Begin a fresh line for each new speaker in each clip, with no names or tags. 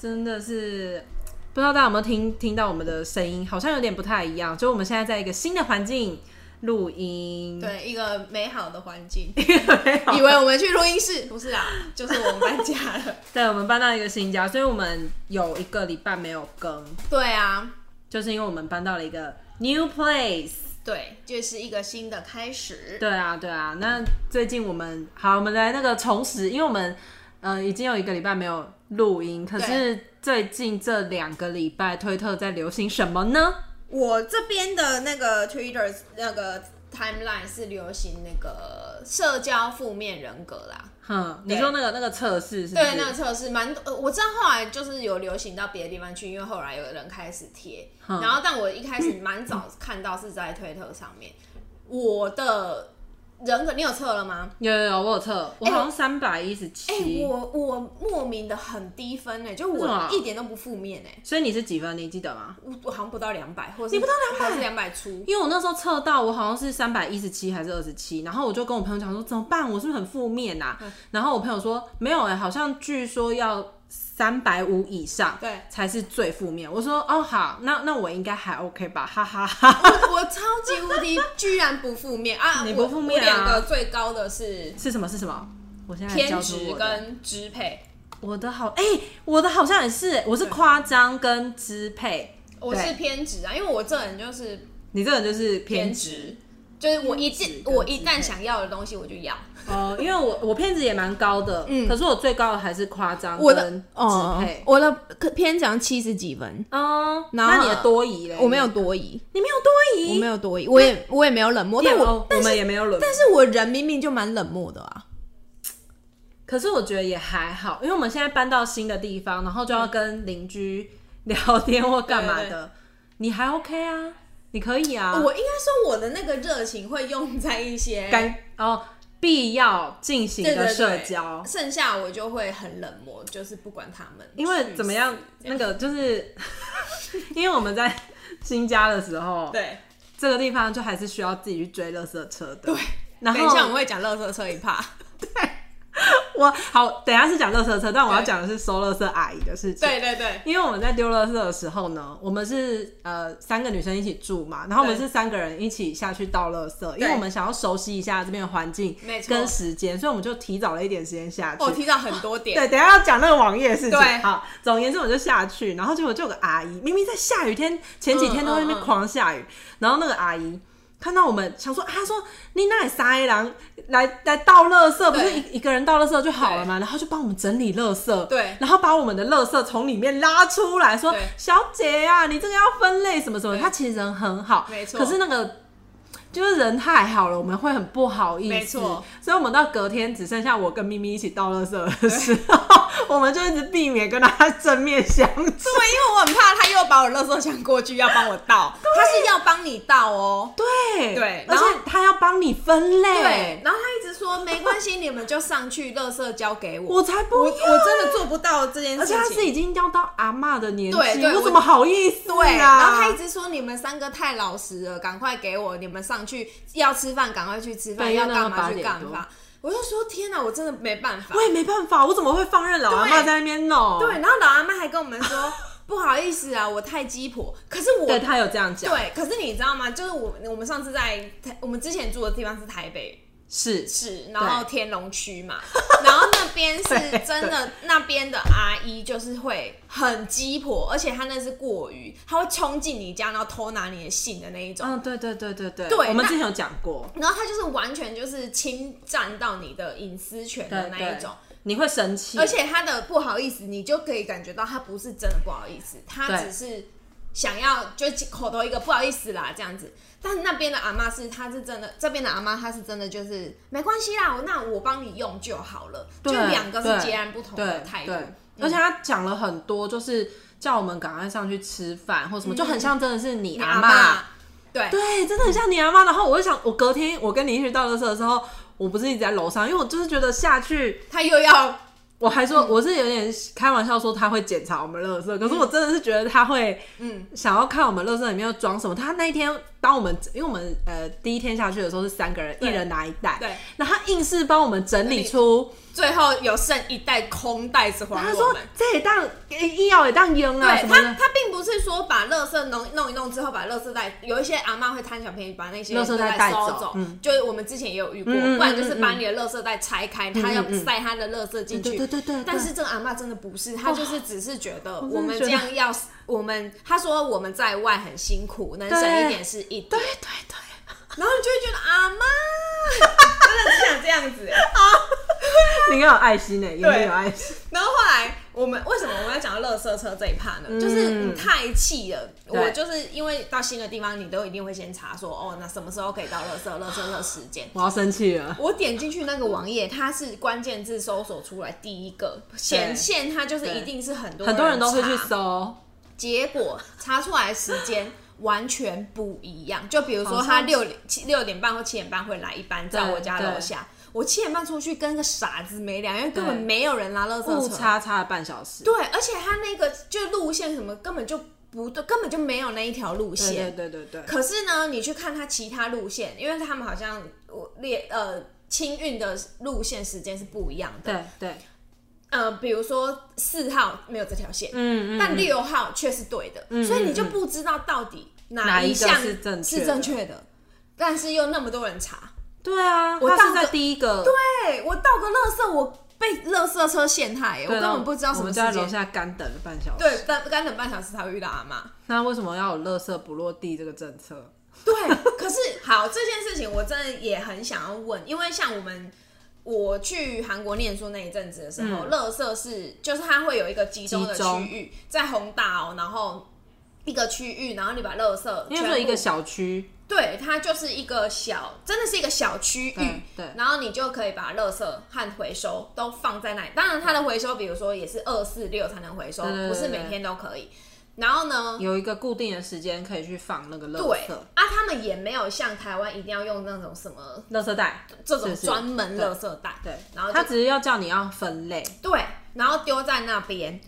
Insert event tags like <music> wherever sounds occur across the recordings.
真的是不知道大家有没有听听到我们的声音，好像有点不太一样。就我们现在在一个新的环境录
<laughs>
音，
对，一个美好的环境。
对，
以为我们去录音室， <laughs> 不是啊，就是我们搬家了。
对，我们搬到一个新家，所以我们有一个礼拜没有更，
对啊，
就是因为我们搬到了一个 new place。
对，就是一个新的开始。
对啊，对啊。那最近我们好，我们来那个重拾，因为我们呃已经有一个礼拜没有录音，可是最近这两个礼拜推特在流行什么呢？
我这边的那个 Twitter 那个 timeline 是流行那个社交负面人格啦。
哼，
对
你说那个那个测试是不是？
对，那个测试蛮多，呃，我知道后来就是有流行到别的地方去，因为后来有人开始贴，
嗯
然后但我一开始蛮早看到是在推特上面。我的人格你有测了吗？
有有有，我有测，我好像三百一十
哎、
七。
我我莫名的很低分哎、就
为什么
我一点都不负面哎、
所以你是几分？你记得吗？
我我好像不到两百，或者你不到两百，是两百出。 <laughs>
因为我那时候测到我好像是三百一十七还是二十七，然后我就跟我朋友讲说怎么办？我是不是很负面呐、
嗯
然后我朋友说没有哎、好像据说要三百五以上
对
才是最负面。我说哦好，那那我应该还 OK 吧，哈哈哈。
<laughs> 我我超级无敌，居然不负面 <laughs> 啊！
你不
我
负面啊
我两个最高的是
是什么是什么？我现在来
偏
交出
执
我的
跟支配，
我的好哎、我的好像也是，我是夸张跟支配，
我是偏执啊，因为我这人就是
你这个人就是偏
偏
执。
执，就是我一
偏执
定
跟
我一
支
旦想要的东西我就要。
哦，因为我我片子也蛮高的，可是我最高的还是夸张
嗯我的哦
跟支配。
我的偏执七十几分，
哦，
然后
那你的多疑嘞？
我没有，多疑，
你没有多疑，
我没有多疑，我也我也没有冷漠，但
哦
我
我
但
们
是
也没有冷漠。
但是我人明明就蛮冷漠的啊。
可是我觉得也还好，因为我们现在搬到新的地方，然后就要跟邻居聊天或干嘛
嗯对对哦
的，你还 OK 啊？你可以啊，
我应该说我的那个热情会用在一些
该哦必要进行
对对
的
对
社交。
剩下我就会很冷漠，就是不管他们，
因为怎么样，那个就是 <laughs> 因为我们在新家的时候，
对。
这个地方就还是需要自己去追垃圾车的。对，然
等
后
一下我会讲乐色车一趴，
我好，等一下是讲垃圾车，但我要讲的是收垃圾阿姨的事情。，
对对，
因为我们在丢垃圾的时候呢，我们是呃三个女生一起住嘛，然后我们
对
是三个人一起下去倒垃圾，因为我们想要熟悉一下这边的环境
没错哦
跟时间，所以我们就提早了一点时间下去。
我提到很多点，
对，等一下要讲那个网页的事情。
对
好，总而言之，我就下去，然后结果就有个阿姨，明明在下雨天，前几天都在那边
嗯嗯嗯
狂下雨，然后那个阿姨。看到我们，想说，啊她说你那里撒一狼来来倒垃圾，不是一一个人倒垃圾就好了嘛？然后就帮我们整理垃圾，
对
然后把我们的垃圾从里面拉出来，说
对
小姐啊，你这个要分类什么什么。
对
她其实人很好，
没错
可是那个就是人太好了，我们会很不好意思。
没错，
所以我们到隔天只剩下我跟咪咪一起倒垃圾的时候，我们就一直避免跟他正面相处。
对，因为我很怕他又把我垃圾抢过去，要帮我倒，他是要帮你倒哦。
对
对
而
然
且
后
他要帮你分类。
对，，然后他一直说没关系，你们就上去，垃圾交给我。
我才不
我
要
我真的做不到这件
而
事
且
情。
他是已经要到阿嬷的年纪，
对对
我怎么好意思、啊？
对，然后他一直说你们三个太老实了，赶快给我，你们上去要吃饭，赶快去吃饭，
对
要
要到
干嘛
8
去
点
干
多
嘛。我就说天哪，我真的没办法
我。也没办法，我怎么会放任老阿嬷
对
在那边弄？
对，，然后老阿妈还跟我们说不好意思啊，我太鸡婆。可是我
对他有这样讲，
对，可是你知道吗？就是我我们上次在台我们之前住的地方是台北
是
市，然后天龙区嘛，然后那边是
对
真的，那边的阿姨就是会很鸡婆，而且她那是过于，她会冲进你家，然后偷拿你的信的那一种。
嗯，对对对对对，
对
我们
那
之前有讲过，
然后她就是完全就是侵占到你的隐私权
对
的那一种，，
对你会生气，
而且她的不好意思，你就可以感觉到她不是真的不好意思，她
对
只是想要就口头一个不好意思啦这样子。但那边的阿妈是，她是真的，这边的阿妈她是真的就是没关系啦，那我帮你用就好了，就
对
两个是
对
截然不同的态度嗯
对。对而且他讲了很多，就是叫我们赶快上去吃饭或什么，就很像真的是你
嗯你
阿
阿
妈
妈，，对，
对，真的很像你阿妈。然后我就想，我隔天我跟你一起到垃圾的时候，我不是一直在楼上，因为我就是觉得下去，
她又要
我还说
嗯
我是有点开玩笑说他会检查我们垃圾，可是我真的是觉得他会
嗯，
想要看我们垃圾里面要装什么。他那一天当我们因为我们呃第一天下去的时候是三个人，一
对
人拿一袋，
对，
然后他硬是帮我们整理出，
最后有剩一袋空袋子还
他
我
说
们。
这也当医药也当扔啊
对
什
他
么，的，
他并不是说把垃圾弄弄一弄之后把垃圾袋，有一些阿嬷会贪小便宜把那些
垃圾袋带
带
走嗯
收走，就是我们之前也有遇过，
嗯嗯嗯
不然就是把你的垃圾袋拆开，他要塞他的垃圾进去。
对对对对对
但是这个阿嬷真的不是，她就是只是觉得
真的
我们
觉
这
得
样要我们，她说我们在外很辛苦，能省
对
一点是一点。
对对对， <laughs>
然后你就会觉得阿嬷 <laughs> 真的是想这样子欸。
你应该有爱心呢，一定
对
有爱心，
然后后来我们为什么我们要讲到垃圾车这一趴呢？就是你太气了，
嗯对
我就是因为到新的地方，你都一定会先查说哦，那什么时候可以到垃圾，垃圾的时间。
我要生气了。
我点进去那个网页，它是关键字搜索出来第一个显现，它就是一定是很多
很多人都会去
查
搜，
结果查出来的时间完全不一样。就比如说，
好像
他六七六点半或七点半会来一班，在
对
我家楼下。我七点半出去跟个傻子没两样，因为根本
对
没有人拿垃
误
圾车。
差差了半小时。
对，而且他那个就路线什么根本就不对，根本就没有那一条路线。
对对对对对，
可是呢，你去看它其他路线，因为他们好像我列呃清运的路线时间是不一样的。
对对，
呃，比如说四号没有这条线，
嗯
但六号却是对的，所以你就不知道到底
哪
哪
一个
项
是正确的
是正确的，但是又那么多人查，
对啊，
我
他
到
是在
个
第一个，
对我倒个垃圾，我被垃圾车陷害，我
对
根本不知道什
我
么
们
时
就在楼
间。
下干等了半小时。
对，但干等半小时才会遇到阿妈。
那为什么要有垃圾不落地这个政策？
对，可是好这件事情，我真的也很想要问，因为像我们我去韩国念书那一阵子的时候，垃圾是就是它会有一个集中的
嗯集
区
中
域，在宏大哦，然后一个区域，然后你把垃圾
因为
全
说一个
部
小区，
对，它就是一个小，真的是一个小区域
对。对
然后你就可以把垃圾和回收都放在那里。当然，它的回收，比如说也是二四六才能回收，
对对对
不是
对
每天都可以。然后呢，
有一个固定的时间可以去放那个垃
对
圾，
啊，他们也没有像台湾一定要用那种什么
垃圾袋。
这种
是是
专门垃圾袋，
对，
然后就
他只是要叫你要分类，
对，然后丢在那边。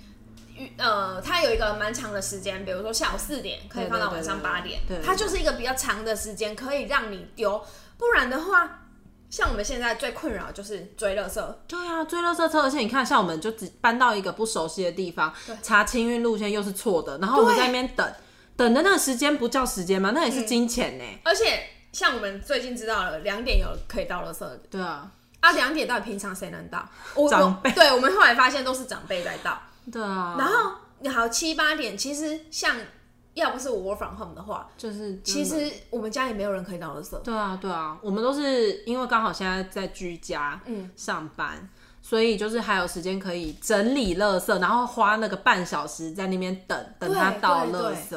呃，它有一个蛮长的时间，比如说下午四点可以放到晚上八点
对对对对对，对
它就是一个比较长的时间可以让你丢，不然的话，像我们现在最困扰的就是追垃圾，
对啊，追垃圾车，而且你看，像我们就只搬到一个不熟悉的地方，查清运路线又是错的，然后我们
对
在那边等，等的那个时间不叫时间吗？那也是金钱呢、
而且像我们最近知道了两点有可以到垃圾的
对啊，
啊，两点到底平常谁能到？我
长辈
我对我们后来发现都是长辈在到，
对啊，
然后你好七八点，其实像要不是我 work from home 的话，
就是
其实我们家也没有人可以倒垃圾。
对啊，对啊，我们都是因为刚好现在在居家，嗯，上班，所以就是还有时间可以整理垃圾，然后花那个半小时在那边等等他倒垃圾，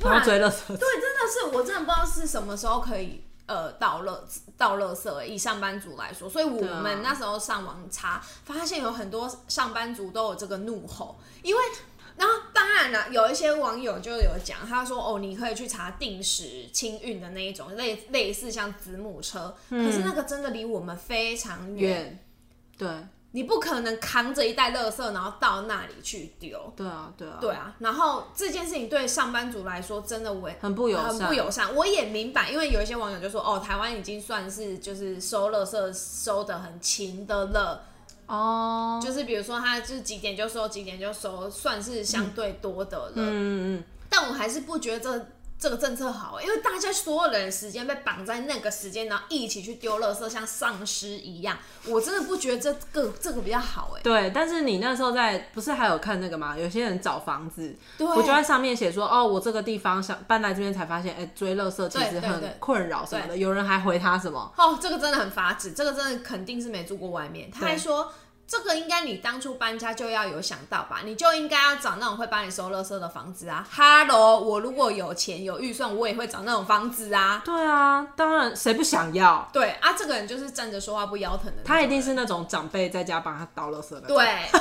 然后追垃圾。
对，真的是我真的不知道是什么时候可以呃倒垃倒垃圾、欸。以上班族来说，所以我
啊
们那时候上网查，发现有很多上班族都有这个怒吼，因为。然后当然了，有一些网友就有讲，他说哦，你可以去查定时清运的那一种，类类似像子母车，可是那个真的离我们非常远，
远，对
你不可能扛着一袋垃圾然后到那里去丢。
对啊，对啊，
对啊，然后这件事情对上班族来说真的我也
很不友
很
善，
不友善。我也明白，因为有一些网友就说，哦，台湾已经算是就是收垃圾收的很勤的了，
哦，
就是比如说他就是几点就收，几点就收，算是相对多的了。
嗯嗯嗯，
但我还是不觉得这这个政策好，欸因为大家所有人时间被绑在那个时间，然后一起去丢垃圾，像丧尸一样，我真的不觉得这个这个比较好哎。
对。但是你那时候在不是还有看那个吗？有些人找房子，
对，
我就在上面写说，哦，我这个地方想搬来这边才发现，哎、追垃圾其
对
实
对对
很困扰什么的。有人还回他什么？
哦，这个真的很法子，这个真的肯定是没住过外面。他还说，这个应该你当初搬家就要有想到吧，你就应该要找那种会帮你收垃圾的房子啊。Hello，我如果有钱有预算，我也会找那种房子啊。
对啊，当然谁不想要？
对啊，这个人就是站着说话不腰疼的那种人，
他一定是那种长辈在家帮他倒垃圾的。
对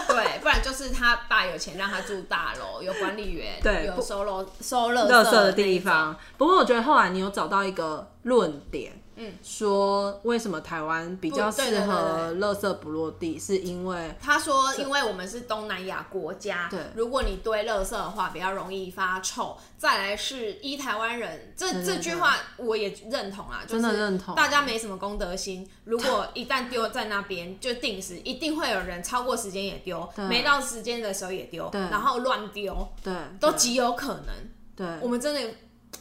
对，不然就是他爸有钱让他住大楼，有管理员，
对不
有收楼收垃
垃圾
圾
的
那一
地
种。
方。不过我觉得后来你有找到一个论点，嗯，说为什么台湾比较
不对对
适
对
合垃圾不落地，是因为
他说，因为我们是东南亚国家，
对
如果你堆垃圾的话，比较容易发臭。再来是依台湾人，这
对对
这句话我也认同啊，就
真
是
的认同
大家没什么公德心。如果一旦丢在那边，就定时一定会有人超过时间也丢，
对
没到时间的时候也丢，
对
然后乱丢，
对
都
对
极有可能。
对
我们真的。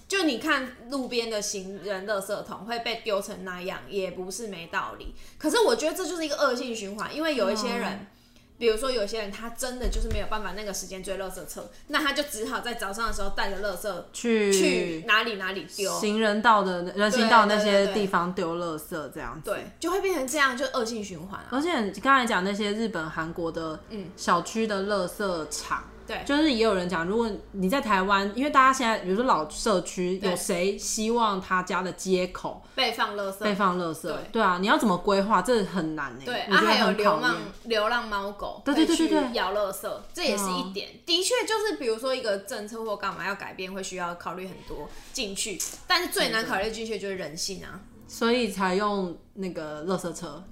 就你看路边的行人垃圾桶会被丢成那样，也不是没道理。可是我觉得这就是一个恶性循环，因为有一些人，
嗯
比如说有些人他真的就是没有办法那个时间追垃圾车，那他就只好在早上的时候带着垃圾
去
去哪里哪里丢，
行人道的人行道那
对对
些
对
地方丢垃圾这样子。
对，就会变成这样，就恶性循环啊。
而且你刚才讲那些日本、韩国的小区的垃圾场，
嗯对
就是也有人讲，如果你在台湾，因为大家现在比如说老社区，
对
有谁希望他家的街口
被放垃圾，
被放垃圾？
对
对啊，你要怎么规划，这很难呢。
对
我
啊，
觉得
还有
很
流
考验
浪。流浪猫狗，
对对对对对
咬垃圾，这也是
对啊
一点。的确，就是比如说一个政策或干嘛要改变，会需要考虑很多进去，但是最难考虑进去的就是人性啊。
所以才用那个垃圾车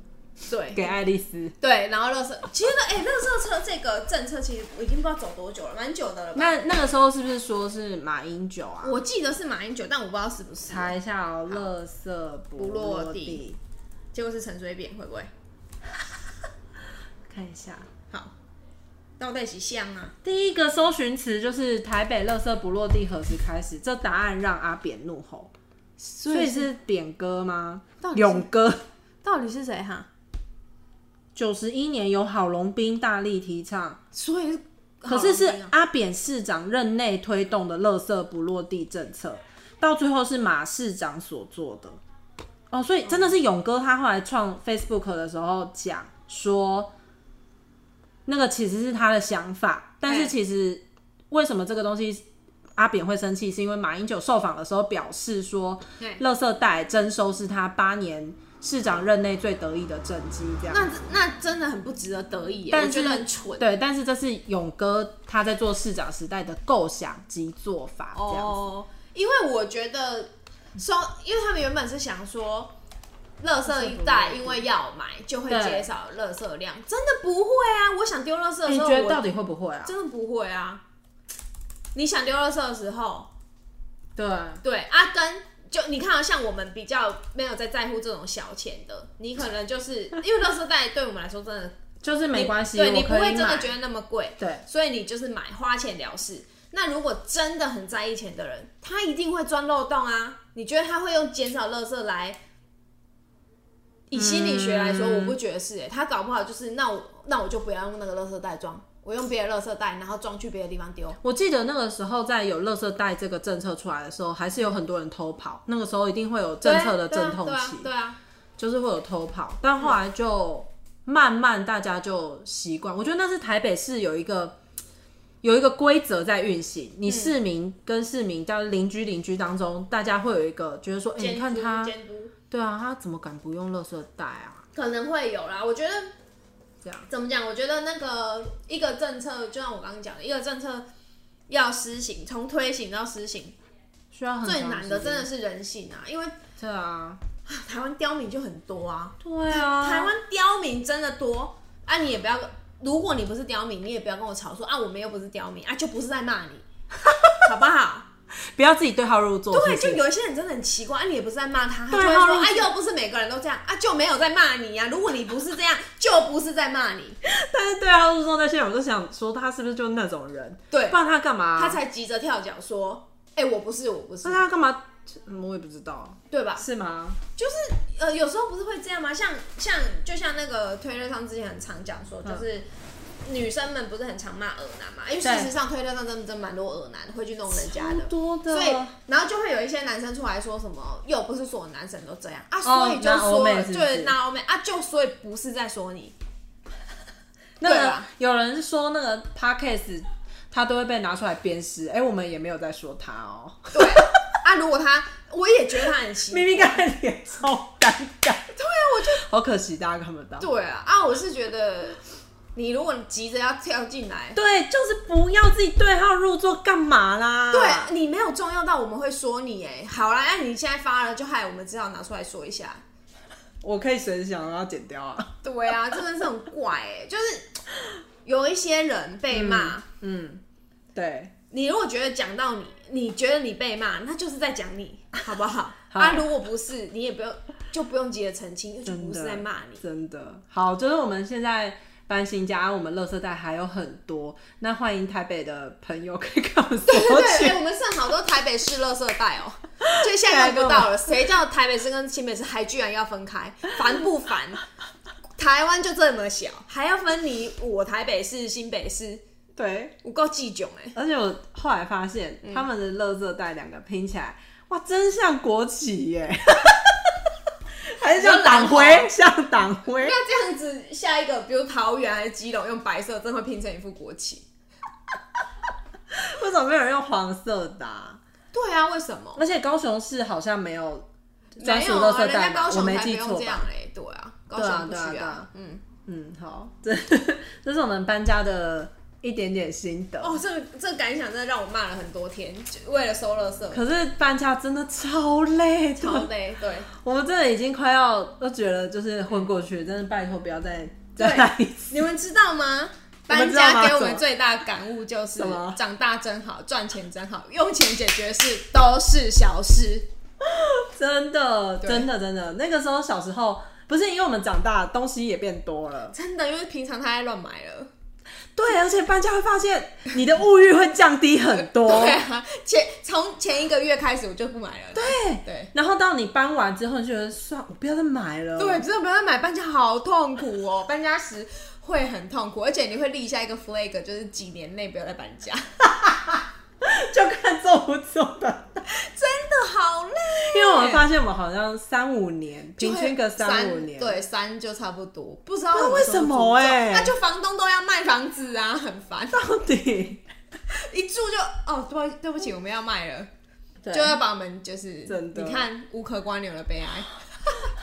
对
给爱丽丝。
<laughs> 对，然后垃圾，其实哎、垃圾车这个政策其实我已经不知道走多久了，蛮久的了吧？
那那个时候是不是说是马英九啊？
我记得是马英九，但我不知道是不是，
查一下哦，垃圾不
落
落
地
地，
结果是陈水扁会不会？
看一下。
好，倒带起像啊，
第一个搜寻词就是台北垃圾不落地何时开始？这答案让阿扁怒吼，所以是扁哥吗
到？底是
勇哥。
到底是谁哈？
九十一年由郝龙斌大力提倡，
所以
可是是
好难听啊
阿扁市长任内推动的垃圾不落地政策，到最后是马市长所做的。哦，所以真的是勇哥他后来创 Facebook 的时候讲说，那个其实是他的想法，但
哎
是其实为什么这个东西阿扁会生气，是因为马英九受访的时候表示说
对，
垃圾袋征收是他八年市长任内最得意的政绩，这样。
那那真的很不值得得意耶，
但
我
是
觉得很蠢。
对，但是这是勇哥他在做市长时代的构想及做法，这样子。
哦，因为我觉得收，因为他们原本是想说，垃圾一袋因为要买就会
对
减少垃圾量，真的不会啊！我想丢垃圾的
你
时候，
觉得到
我
底会不会啊？
真的不会啊。你想丢垃圾的时候，
对，
对啊，跟就你看、啊，像我们比较没有在在乎这种小钱的，你可能就是因为垃圾袋对我们来说真的
就是没关系，
对
我
你不
可以
会真的
买
觉得那么贵，
对
所以你就是买花钱了事。那如果真的很在意钱的人，他一定会钻漏洞啊！你觉得他会用减少垃圾来？以心理学来说，
嗯
我不觉得是、欸，他搞不好就是那我那我就不要用那个垃圾袋装，我用别的垃圾袋，然后装去别的地方丢。
我记得那个时候，在有垃圾袋这个政策出来的时候，还是有很多人偷跑。那个时候一定会有政策的
对啊
阵痛
对啊
期，
对啊，
就是会有偷跑。但后来就慢慢大家就习惯，我觉得那是台北市有一个有一个规则在运
嗯
行，你市民跟市民到邻居邻居当中，大家会有一个觉得说，哎、
监
你看
督
他，
监督
对啊，他怎么敢不用垃圾袋啊？
可能会有啦。我觉得
这样，
怎么讲？我觉得那个一个政策，就像我刚刚讲的，一个政策要施行，从推行到施行，
需要很
最
长
难的
时
真
间
的是人性啊，因为
对啊，
台湾刁民就很多啊，
对啊，
台湾刁民真的多啊！你也不要，如果你不是刁民，你也不要跟我吵说啊，我们又不是刁民啊，就不是在骂你，好不好？
不要自己对号入座，
<laughs> 对，
是不
就是有一些人真的很奇怪，啊，你也不是在骂他，他就
对
会
他
说
如
啊，
果
又不是每个人都这样啊，就没有在骂你啊。如果你不是这样，就不是在骂你，
但是对号入座那些人，我就想说他是不是就那种人？
<laughs> 对啊
不然他干嘛、
他才急着跳脚说，哎、我不是，我不是
那，他干嘛？嗯我也不知道，
对吧？
是吗？
就是呃，有时候不是会这样吗？像像就像那个推特上之前很常讲
嗯
说，就是女生们不是很常骂耳男嘛？因为事
对
实上推特上真的真蛮多耳男会去弄人家的。
多的
所以，然后就会有一些男生出来说什么，又不是所有男生都这样啊，所以就
拿哦欧
说，
美是不是
对，拿欧美啊，就所以不是在说你，
那
对
个
吧
有人说那个 podcast 他都会被拿出来鞭尸，哎、我们也没有在说他
<laughs>
哦。
对啊，如果他，我也觉得他很奇怪，
明明刚才脸超尴尬，
对啊，我就
好可惜大家看不到。
对啊，啊，我是觉得你如果急着要跳进来，
对，就是不要自己对号入座，干嘛啦？
对你没有重要到我们会说你哎，好啦，那你现在发了，就害我们只好拿出来说一下。
我可以随时想要剪掉啊。
对啊， <laughs> 真的是很怪哎、就是有一些人被骂，
嗯，对，
你如果觉得讲到你，你觉得你被骂，那就是在讲你，好不 <laughs> 好？
好
啊，如果不是，你也不用就不用急着澄清，就
真
不
的
是在骂你。
真的好，就是我们现在搬新家，我们垃圾袋还有很多，那欢迎台北的朋友可以跟我们索
对，哎、
取。
我们剩好多台北市垃圾袋 <laughs> 哦、就现在用不到了。谁叫台北市跟新北市还居然要分开，烦不烦？台湾就这么小，还要分离我台北市、新北市，
对，
我够计囧哎。
而且我后来发现，
嗯
他们的垃圾袋两个拼起来，哇，真像国旗
<laughs>
耶，还是像党徽，像党徽。
那这样子，下一个比如桃园还是基隆，用白色真会拼成一副国旗。
为什么没有人用黄色的啊、
对啊，为什么？
而且高雄市好像没有专
没
属
有
垃
啊，
圾
人
袋
家
吧，
高
我
雄
没
才不
记错
用这
吧
样？嘞。对啊，高
对啊
雄不
对啊
需
对
要
啊。
嗯，
嗯，好，这这是我们搬家的一点点心得。
哦，这个这个感想真的让我骂了很多天，就为了收垃圾，
可是搬家真的超累的，
超累。对。
我们真的已经快要都觉得就是混过去，真的拜托不要再再
对
来一次。
你们知道吗？
你们
搬
知道吗
家给我
什
们
么
最大的感悟就是
什么，
长大真好，赚钱真好，用钱解决事都是小事。
真的，
对
真的，真的，那个时候小时候不是因为我们长大，东西也变多了，
真的，因为平常他在乱买了。
对，而且搬家会发现你的物欲会降低很多
<laughs> 对。啊，前从前一个月开始我就不买了。对对
然后到你搬完之后，你就觉得算了，我不要再买了。
对，真的不要再买搬家，好痛苦哦！搬家时会很痛苦，而且你会立下一个 flag，就是几年内不要再搬家，
就看做不做的。
真的好累。
因为我们发现我们好像三五年，
就
平
会
均个
三
五年，，
对，三就差不多，不知道
那为什么欸
那就房东都要卖房子啊，
<laughs>
很烦，
到底
一住就哦，对，对不起，我们要卖了，
对
就要把我们就是，
真的
你看无可观柳的悲哀，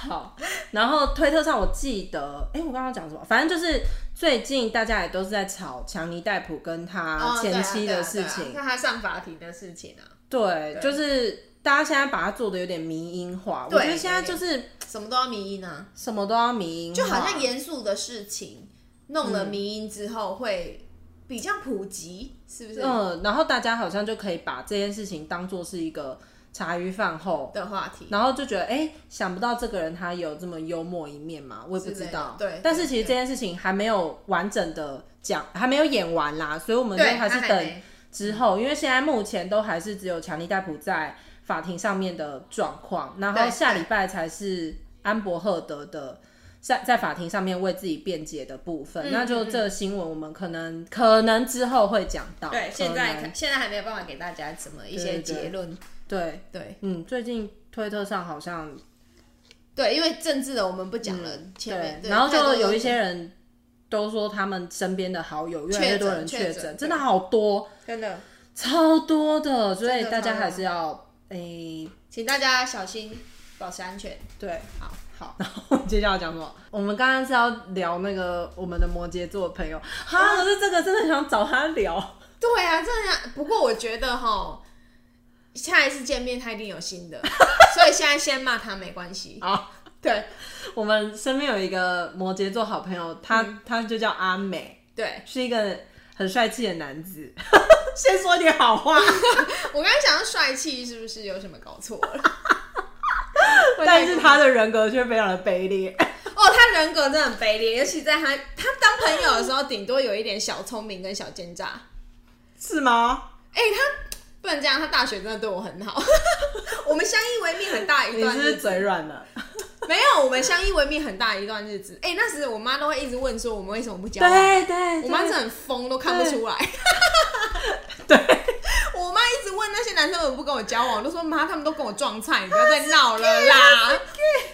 好，然后推特上我记得，哎、我刚刚讲什么？反正就是最近大家也都是在吵强尼戴普跟他
哦对啊
前妻
对啊
的事情，
对啊那他上法庭的事情啊，
对，就是大家现在把它做的有点迷因化，我
对
觉得现在就是
什么都要迷因啊，
什么都要迷因化，
就好像严肃的事情弄了迷因之后会比较普及，是不是？
嗯，然后大家好像就可以把这件事情当做是一个茶余饭后。
的话题，
然后就觉得，哎、想不到这个人他有这么幽默一面嘛，我也不知道。
之类的对
但是其实
对
这件事情还没有完整的讲，还没有演完啦，所以我们就
对，
还是
他
等
没
之后，因为现在目前都还是只有强尼戴普在法庭上面的状况，然后
对
下礼拜才是安伯赫德的在在法庭上面为自己辩解的部分。
嗯
那就这个新闻，我们可能可能之后会讲到。
对，现
可能
在现在还没有办法给大家什么一些
对对对
结论，
对，
对
嗯，最近推特上好像
对，因为政治的我们不讲了，前
对
面，
然后就有一。
太多
些人。都说他们身边的好友越来越多人
确诊
确
确
诊，
诊
真的好多，
真的，
超多的，所以
真的
大家
超多
还是要诶、
请大家小心，保持安全。
对，
好，
好， <laughs> 然后接下来讲什么？我们刚刚是要聊那个我们的摩羯座朋友，哈，可
嗯
是这个真的很想找他聊，
对啊，真的啊。不过我觉得哈，下一次见面他一定有新 <laughs> 的，所以现在先骂他没关系。
好，
对
我们身边有一个摩羯座好朋友，他、
嗯
他就叫阿美，
对，
是一个很帅气的男子。 <laughs> 先说点好话，
我刚才想到帅气是不是有什么搞错 <laughs> 了？ <laughs> 会太
但是他的人格却非常的卑劣。 <laughs>
哦，他人格真的很卑劣，尤其在他他当朋友的时候，顶多有一点小聪明跟小奸诈。
是吗？
哎、他不能这样，他大学真的对我很 <laughs> 好，我们相依为命很大一
你是
段
不
日
是
子。
嘴软了？
<laughs> 没有，我们相依为命很大一段日子。哎、那时我妈都会一直问说我们为什么不交往。
对对，
啊我妈
对
真的很疯，都看不出来。 <laughs>
对，
我妈一直问那些男生怎么不跟我交往，我都说妈，他们都跟我撞菜，你不要再闹了啦。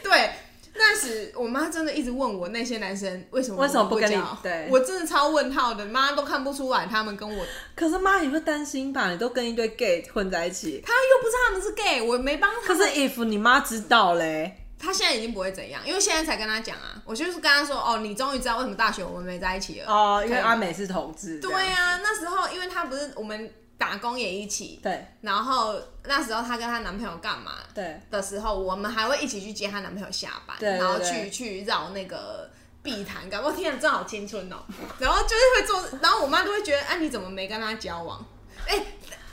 对，那时我妈真的一直问我那些男生为什么
为什么不
不
跟你
交往
对
我真的超问号的，妈都看不出来他们跟我
可是妈，你会担心吧？你都跟一堆 gay 混在一起，
<laughs> 他又不知道他们是 gay，我没帮他
可
们。
是 if 你妈知道嘞，
他现在已经不会怎样，因为现在才跟他讲啊，我就是跟他说，哦，你终于知道为什么大学我们没在一起了。
哦，因为阿美是同志。
对啊，那时候因为他不是我们打工也一起，
对
然后那时候她跟她男朋友干嘛
对
的时候，我们还会一起去接她男朋友下班，
对对
然后
对
去去绕那个。碧潭感，我天啊，真好青春哦！然后就是会做，然后我妈都会觉得，啊，你怎么没跟他交往？哎、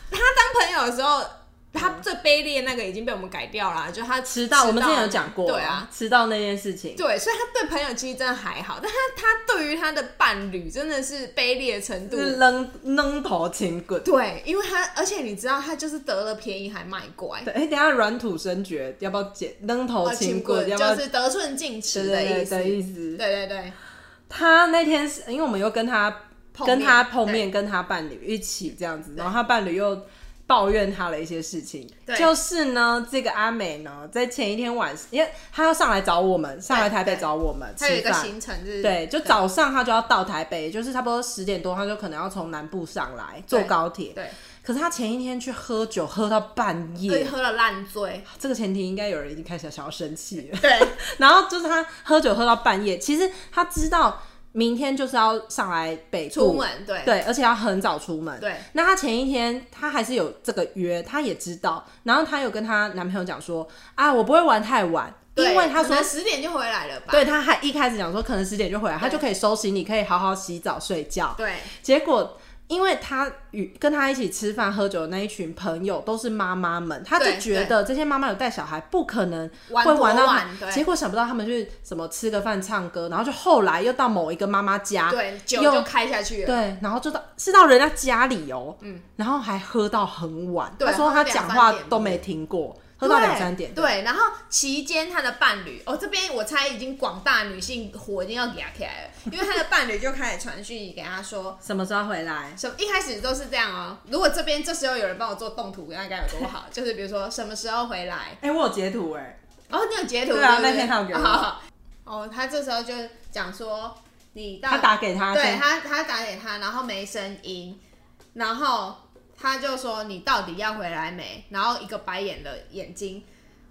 他当朋友的时候，他最卑劣那个已经被我们改掉了，就他
迟到，我们之前有讲过，
对啊，，
迟到那件事情，
对，所以他对朋友其实真的还好，但他他对于他的伴侣真的是卑劣的程度
就是扔扔头轻棍。
对，因为他，而且你知道，他就是得了便宜还卖乖，啊
对，哎、等一下软土生绝，要不要剪扔头
呃
轻
亲
棍？要不要
就是得寸进
对
尺的
对
意
对
思。
的意思
对？对对，
他那天是因为我们又跟他
碰面
跟他碰面，跟他伴侣一起这样子，然后他伴侣又抱怨他的一些事情，
对
就是呢，这个阿美呢，在前一天晚上，因为他要上来找我们，上来台北找我们吃
他有一个
饭。
行程就是
对，就早上他就要到台北，就是差不多十点多，他就可能要从南部上来坐
对
高铁。
对，哎
可是他前一天去喝酒，喝到半
所以
夜，
喝了烂醉，
这个前提应该有人已经开始想要生气了。 <laughs>
对
然后就是他喝酒喝到半夜，其实他知道明天就是要上来北部
出门对
对，而且要很早出门。
对，
那她前一天她还是有这个约，她也知道，然后她有跟她男朋友讲说啊，我不会玩太晚，因
对
为她
可
说
能。十点就回来了吧？
对，她还一开始讲说可能十点就回来，她
对
就可以收行李，可以好好洗澡睡觉。
对
结果，因为她与跟她一起吃饭喝酒的那一群朋友都是妈妈们，她就
对
觉
对
得这些妈妈有带小孩，不可能
玩
会玩
多
到
晚
他
对
结果想不到他们去什么吃个饭、唱歌，然后就后来又到某一个妈妈家，
对，酒
又
就开下去了，
对，然后就到是到人家家里哦、然后还喝到很晚。
嗯对
他说他
喝到两
讲
三
话
点
都没停过，喝到两三点。
对，对然后期间他的伴侣，哦，这边我猜已经广大女性火已经要给他起来了，因为他的伴侣就开始传讯息给他说，
什么时候回来？
什么一开始都是这样哦、如果这边这时候有人帮我做动图，那该有多
<laughs>
好！就是比如说什么时候回来，
哎、我有截图哎、
哦，你有截图
对啊
不
那天他有给我
哦好好 <laughs> 哦，他这时候就讲说你到
他打给他，
对
先
他他打给他，然后没声音，然后他就说你到底要回来没？然后一个白眼的眼睛，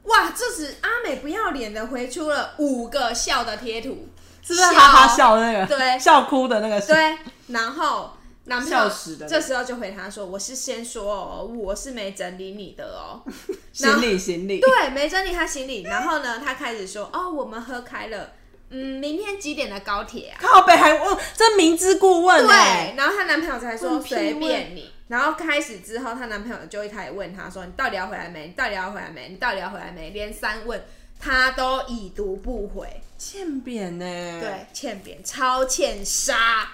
哇！这时阿美不要脸的回出了五个笑的贴图，
是不是哈哈
笑
笑的那个？
对
笑哭的那个。，
<laughs> 对，然后男朋友
笑死的
这时候就回他说：“我是先说哦，我是没整理你的哦。
<laughs> 行李行李。
对，没整理他行李。然后呢，他开始说：哦，我们喝开了，嗯，明天几点的高铁啊？
靠北还问，这明知故问哎、
对，然后她男朋友才说
问屁
随便你。然后开始之后，她男朋友就一开始问她说：“你到底要回来没？你到底要回来没？你到底要回来没？”连三问，她都已读不回。
欠扁呢、，
对，欠扁，超欠杀。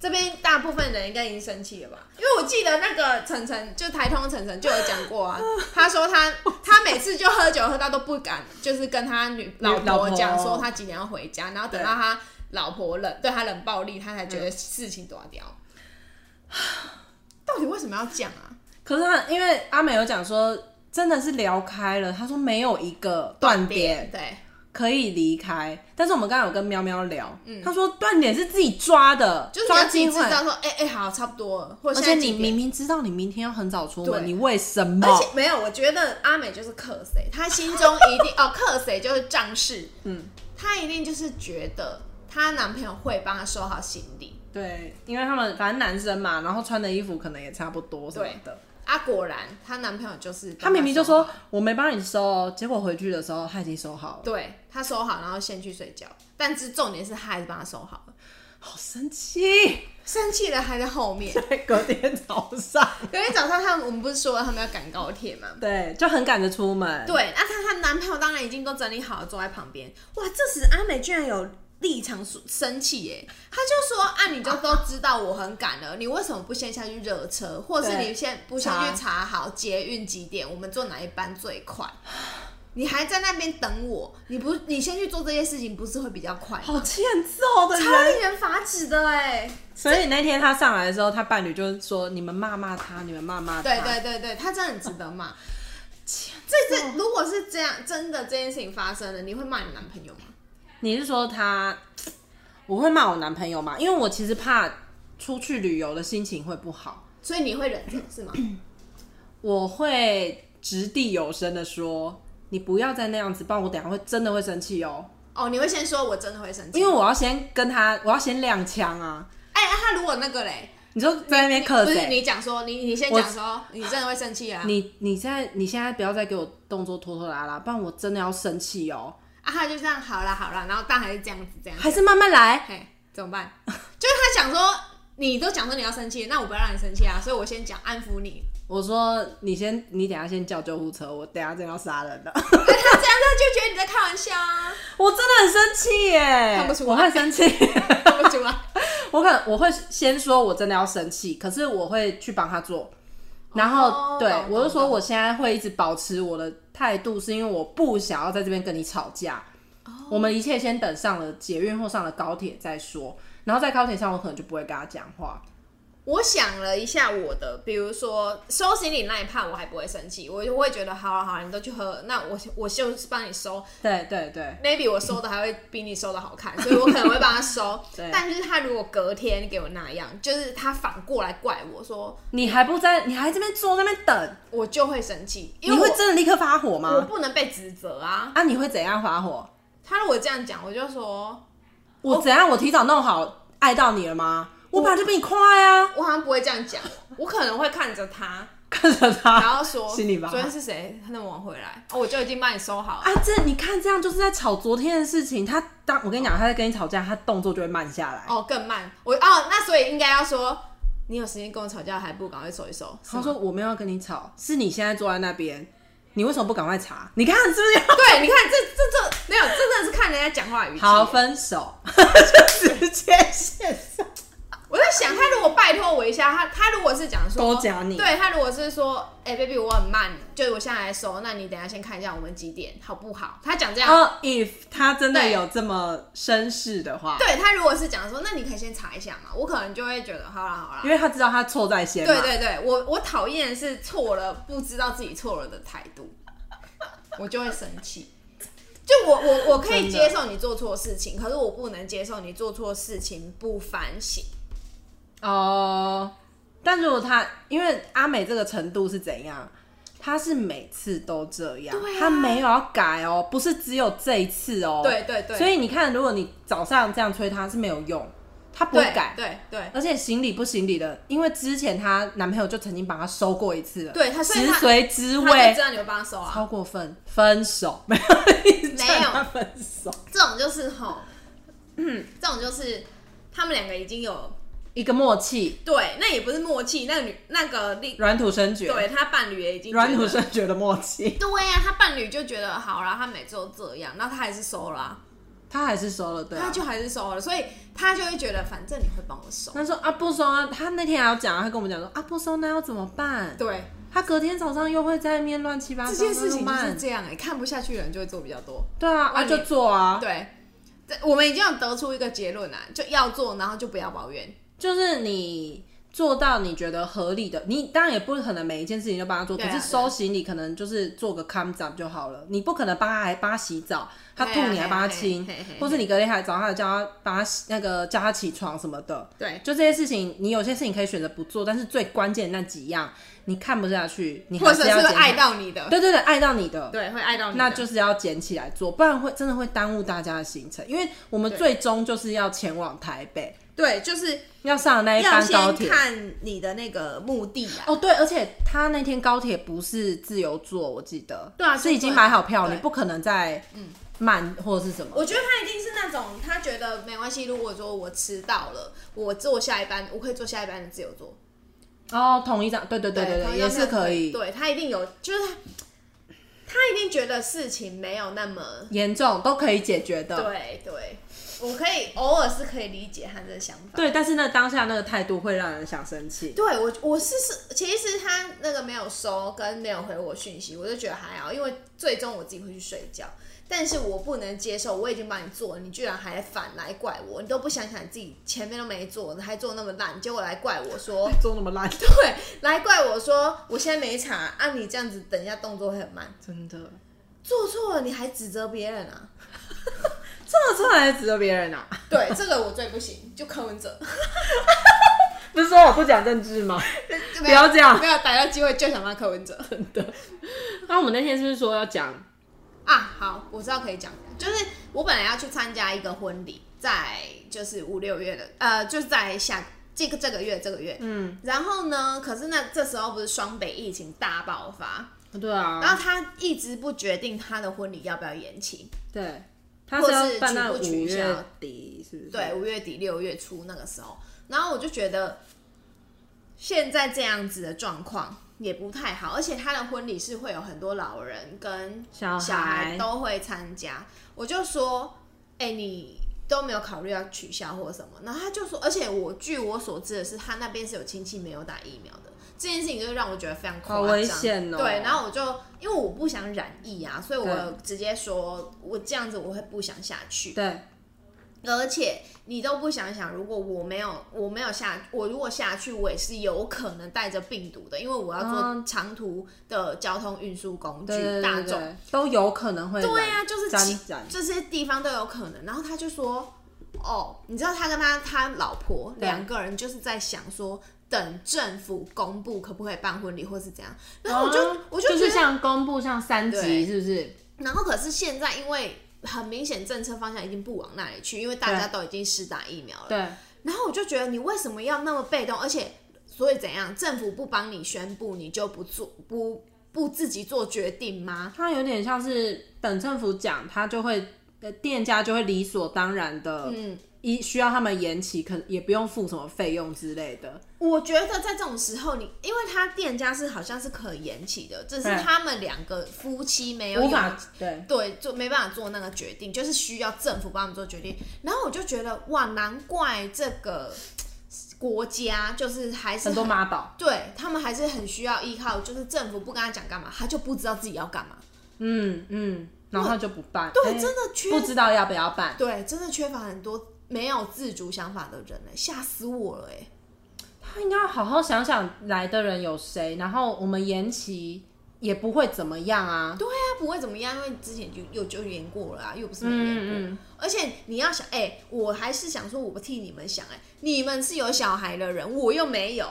这边大部分人应该已经生气了吧？因为我记得那个晨晨，就台通晨晨就有讲过
<laughs>
啊，他说他他每次就喝酒喝到都不敢，就是跟他女老
老婆
婆讲说他几点要回家，然后等到他老婆冷对他冷暴力，他才觉
嗯
得事情多掉。到底为什么要讲啊？
可是他因为阿美有讲说，真的是聊开了，他说没有一个断点
对
可以离开。但是我们刚刚有跟喵喵聊，他说断点是自己抓的，
嗯就是你
抓
要自己
机
知
会。
道说，哎、哎、好，差不多了，或者
而
现在
且
几
你
点
明明知道你明天要很早出门，
对
你为什么？
而且没有，我觉得阿美就是克谁，她心中一
<laughs>
定哦，克谁就是仗势，
嗯，
她一定就是觉得她男朋友会帮她收好行李。
对，因为他们反正男生嘛，然后穿的衣服可能也差不多什么的。
啊，果然她男朋友就是帮她
他明明就
收
说
好
我没帮你收哦，结果回去的时候他已经收好了，
对她收好，然后先去睡觉，但是重点是她还是帮她收好了，
好生气！
生气了还在后
<laughs>
面。
在 <laughs> 隔天早上，
有一天早上他们我们不是说他们要赶高铁吗？
对，就很赶着出门。
对，那她她男朋友当然已经都整理好了，坐在旁边。哇，这时阿美居然有立场说生气耶，她就说：“啊，你就都知道我很赶了，你为什么不先下去热车，或是
对
你先不先去查好捷运几点，我们坐哪一班最快？”你还在那边等我，你不，你先去做这些事情，不是会比较快吗？
好欠揍的
超
人。
令人发指的哎！
所以那天他上来的时候，他伴侣就是说：“你们骂骂他，你们骂骂他。”
对对对对，他真的很值得
<laughs>
骂。这这如果是这样，真的这件事情发生了，你会骂你男朋友吗？
你是说他？我会骂我男朋友吗？因为我其实怕出去旅游的心情会不好，
所
<coughs>
以你会忍着是吗？
我会掷地有声的说：“你不要再那样子，不然我等一下会真的会生气哦。
哦，你会先说我真的会生气，
因为我要先跟他，我要先亮枪啊！
哎、啊他如果那个嘞，
你就在那边克
不是
谁？
你讲说你你先
我
讲说你真的会生气啊？
你你现在你现在不要再给我动作拖拖拉拉，不然我真的要生气哦。
啊，他就这样好啦好啦，然后但还是这样子这样子，
还是慢慢来，
嘿，怎么办？就是他讲说，你都讲说你要生气，那我不要让你生气啊，所以我先讲安抚你。
我说你先，你等一下先叫救护车，我等一下真的要杀人了， <laughs>
哎他这样他就觉得你在开玩笑啊，
我真的很生气耶，
看不出来
我会生气，
看不出来。
我可能我会先说我真的要生气，可是我会去帮他做，然后、
哦
对
懂
我就
懂
说
懂
我现在会一直保持我的态度，是因为我不想要在这边跟你吵架。我们一切先等上了捷运或上了高铁再说，然后在高铁上我可能就不会跟他讲话。
我想了一下我的，比如说收行李那一趴，我还不会生气，我就会觉得好啊了好了，你都去喝，那我我就是帮你收
对对对，。
，maybe 我收的还会比你收的好看，所 <laughs> 以我可能会帮他收
<laughs> 对
但是他如果隔天给我那样，就是他反过来怪我说，
你还不在，你还这边坐那边等，
我就会生气，因
你
为
会
我
真的立刻发火
我
吗？
不能被指责啊。
啊，你会怎样发火？
他如果这样讲，我就说，
我怎样？我提早弄好，爱到你了吗？我本来就比你快啊！ <laughs>
我好像不会这样讲，我可能会看着他，
看着他，
然后说，
心里吧
昨天是谁那么晚回来？哦，我就已经帮你收好了。
啊，这你看这样就是在吵昨天的事情。他当我跟你讲，他在跟你吵架，他动作就会慢下来。
哦，更慢。我哦，那所以应该要说，你有时间跟我吵架，还不赶快收一
<laughs>
收？
他说我没有要跟你吵，是你现在坐在那边，你为什么不赶快查？你看是不是要
对，你看这这这没有，这真的是看人家讲话语气。
好，分手？ <laughs> 就直接线上
我在想，他如果拜托我一下，他他如果是讲说
勾夹你
对他如果是说，哎、b a b y 我很慢，就是我现在来收，那你等一下先看一下我们几点好不好？他讲这样。
哦，if 他真的
啊对
有这么绅士的话，
对他如果是讲说，那你可以先查一下嘛，我可能就会觉得好啦好啦。
因为他知道他错在先嘛。
对对对，我我讨厌的是错了不知道自己错了的态度，我就会生气。就我我我可以
真的
接受你做错事情，可是我不能接受你做错事情不反省。
哦、但如果他因为阿美这个程度是怎样？他是每次都这样，
对啊
他没有要改哦，不是只有这一次哦。
对对对，
所
以
以你看，如果你早上这样催他是没有用，他不会改。
对对
而且行礼不行礼的，因为之前她男朋友就曾经把她收过一次了，
对，他所以
食
他
髓知
他就
味
知，道你会帮他收啊。
超过分，分手没有，
没有
叫他分手，
这种就是吼，嗯，这种就是他们两个已经有
一个默契，
对，那也不是默契，那个女那个另
软土生绝，
对他伴侣也已经觉
软土
得
生绝的默契，
对呀、他伴侣就觉得好啦，他每次都这样，那他还是收啦、
他还是收了，对、啊，
他就还是收了，所以他就会觉得反正你会帮我收。
他说啊不收啊，他那天还要讲啊，他跟我们讲说啊不收那要怎么办？
对，
他隔天早上又会在面乱七八糟，
这件事情
那
就
怎么
是
办
这样哎、看不下去的人就会做比较多。
对啊，啊
万一
就做啊，
对，这我们已经有得出一个结论啦，啊就要做，然后就不要抱怨。
就是你做到你觉得合理的，你当然也不可能每一件事情都帮他做，
对啊
可是收行李可能就是做个 comes up 就好了，你不可能帮他还帮他洗澡，他吐
对啊
你还帮他亲
嘿啊嘿啊嘿啊，
或是你隔天还早上还叫他帮他洗那个叫他起床什么的，
对，
就这些事情，你有些事情可以选择不做，但是最关键的那几样你看不下去，你
或
还
者
是
是
要
会
捡
爱
起来，
到你的，
对对对，爱到你的。
对，啊会爱到你的。
那就是要捡起来做，不然会真的会耽误大家的行程，因为我们
对
最终就是要前往台北，
对，就是
要上那一
要
班高
先
铁。
看你的那个目的啊。
哦，对，而且他那天高铁不是自由座，我记得，
对啊
是已经
对
买好票，
对嗯
你不可能再慢或者是什么。
我觉得他一定是那种他觉得没关系，如果说我迟到了，我坐下一班，我可以坐下一班的自由坐。
哦，同一张，对对对
对
对
同
对，
样
也是可以。
对他一定有，就是他他一定觉得事情没有那么
严重都可以解决的，
对对，我可以偶尔是可以理解他的想法。
对，但是那当下那个态度会让人想生气。
对我我是是，其实他那个没有收跟没有回我讯息，我就觉得还好，因为最终我自己会去睡觉。但是我不能接受，我已经帮你做了，你居然还反来怪我，你都不想想你自己前面都没做，你还做那么烂，结果来怪我说 <laughs>
做那么烂，
对，来怪我说我现在没查啊，你这样子等一下动作会很慢。
真的
做错了你还指责别人啊？
这么出来指责别人啊？
<laughs>
<laughs>
对，这个我最不行，就柯文 <laughs> 哲，
不是说我不讲政治
<laughs>
吗？不要这样
没有逮到机会就想骂柯文哲。
真的。那我们那天是不是说要讲
啊我知道可以讲，就是我本来要去参加一个婚礼，在就是五六月的，呃，就是在下这个这个月这个月，嗯，然后呢，可是那这时候不是双北疫情大爆发，
对啊，
然后他一直不决定他的婚礼要不要延期，
对，他
或
是要
是
办
取
到
不
五
取
月
消
底，是不是？
对，五月底六月初那个时候，然后我就觉得现在这样子的状况也不太好，而且他的婚礼是会有很多老人跟
小
小孩
孩
都会参加，我就说，哎、你都没有考虑要取消或什么，然后他就说，而且我据我所知的是，他那边是有亲戚没有打疫苗的。这件事情就让我觉得非常夸
好
张，
危险哦
对，然后我就因为我不想染疫啊，所以我
对
直接说，我这样子我会不想下去。
对，
而且你都不想想，如果我没有我没有下，我如果下去，我也是有可能带着病毒的，因为我要坐
嗯
长途的交通运输工具，
对对
大
对
众。
对，都有可能会
对
染
啊，就是其
沾染，
这些地方都有可能。然后他就说，哦，你知道他跟他他老婆
对
两个人就是在想说，等政府公布可不可以办婚礼或是怎样。然后我就、
嗯
我就觉
就
得
是像公布像三级，
对
是不是？
然后可是现在因为很明显政策方向已经不往那里去，因为大家都已经施打疫苗了。
对，
然后我就觉得你为什么要那么被动？而且，所以怎样？政府不帮你宣布，你就不做不不自己做决定吗？
它有点像是等政府讲，他就会呃店家就会理所当然的，嗯，一需要他们延期，可也不用付什么费用之类的。
我觉得在这种时候你，因为他店家是好像是可延期的，只是
对
他们两个夫妻没有
无
勇
法对，
对，就没办法做那个决定，就是需要政府帮我们做决定。然后我就觉得哇，难怪这个国家就是还是
很多妈
<laughs>
宝，
对他们还是很需要依靠，就是政府不跟他讲干嘛，他就不知道自己要干嘛。
嗯嗯，然后他就不办，
对，
哎
真的缺
不知道要不要办，
对，真的缺乏很多没有自主想法的人哎、
欸
吓死我了哎、
他应该要好好想想来的人有谁，然后我们延期也不会怎么样啊。
对啊，不会怎么样，因为之前就有就演过了啊，又不是没演过。
嗯嗯
而且你要想，哎、我还是想说，我替你们想、哎，你们是有小孩的人，我又没有。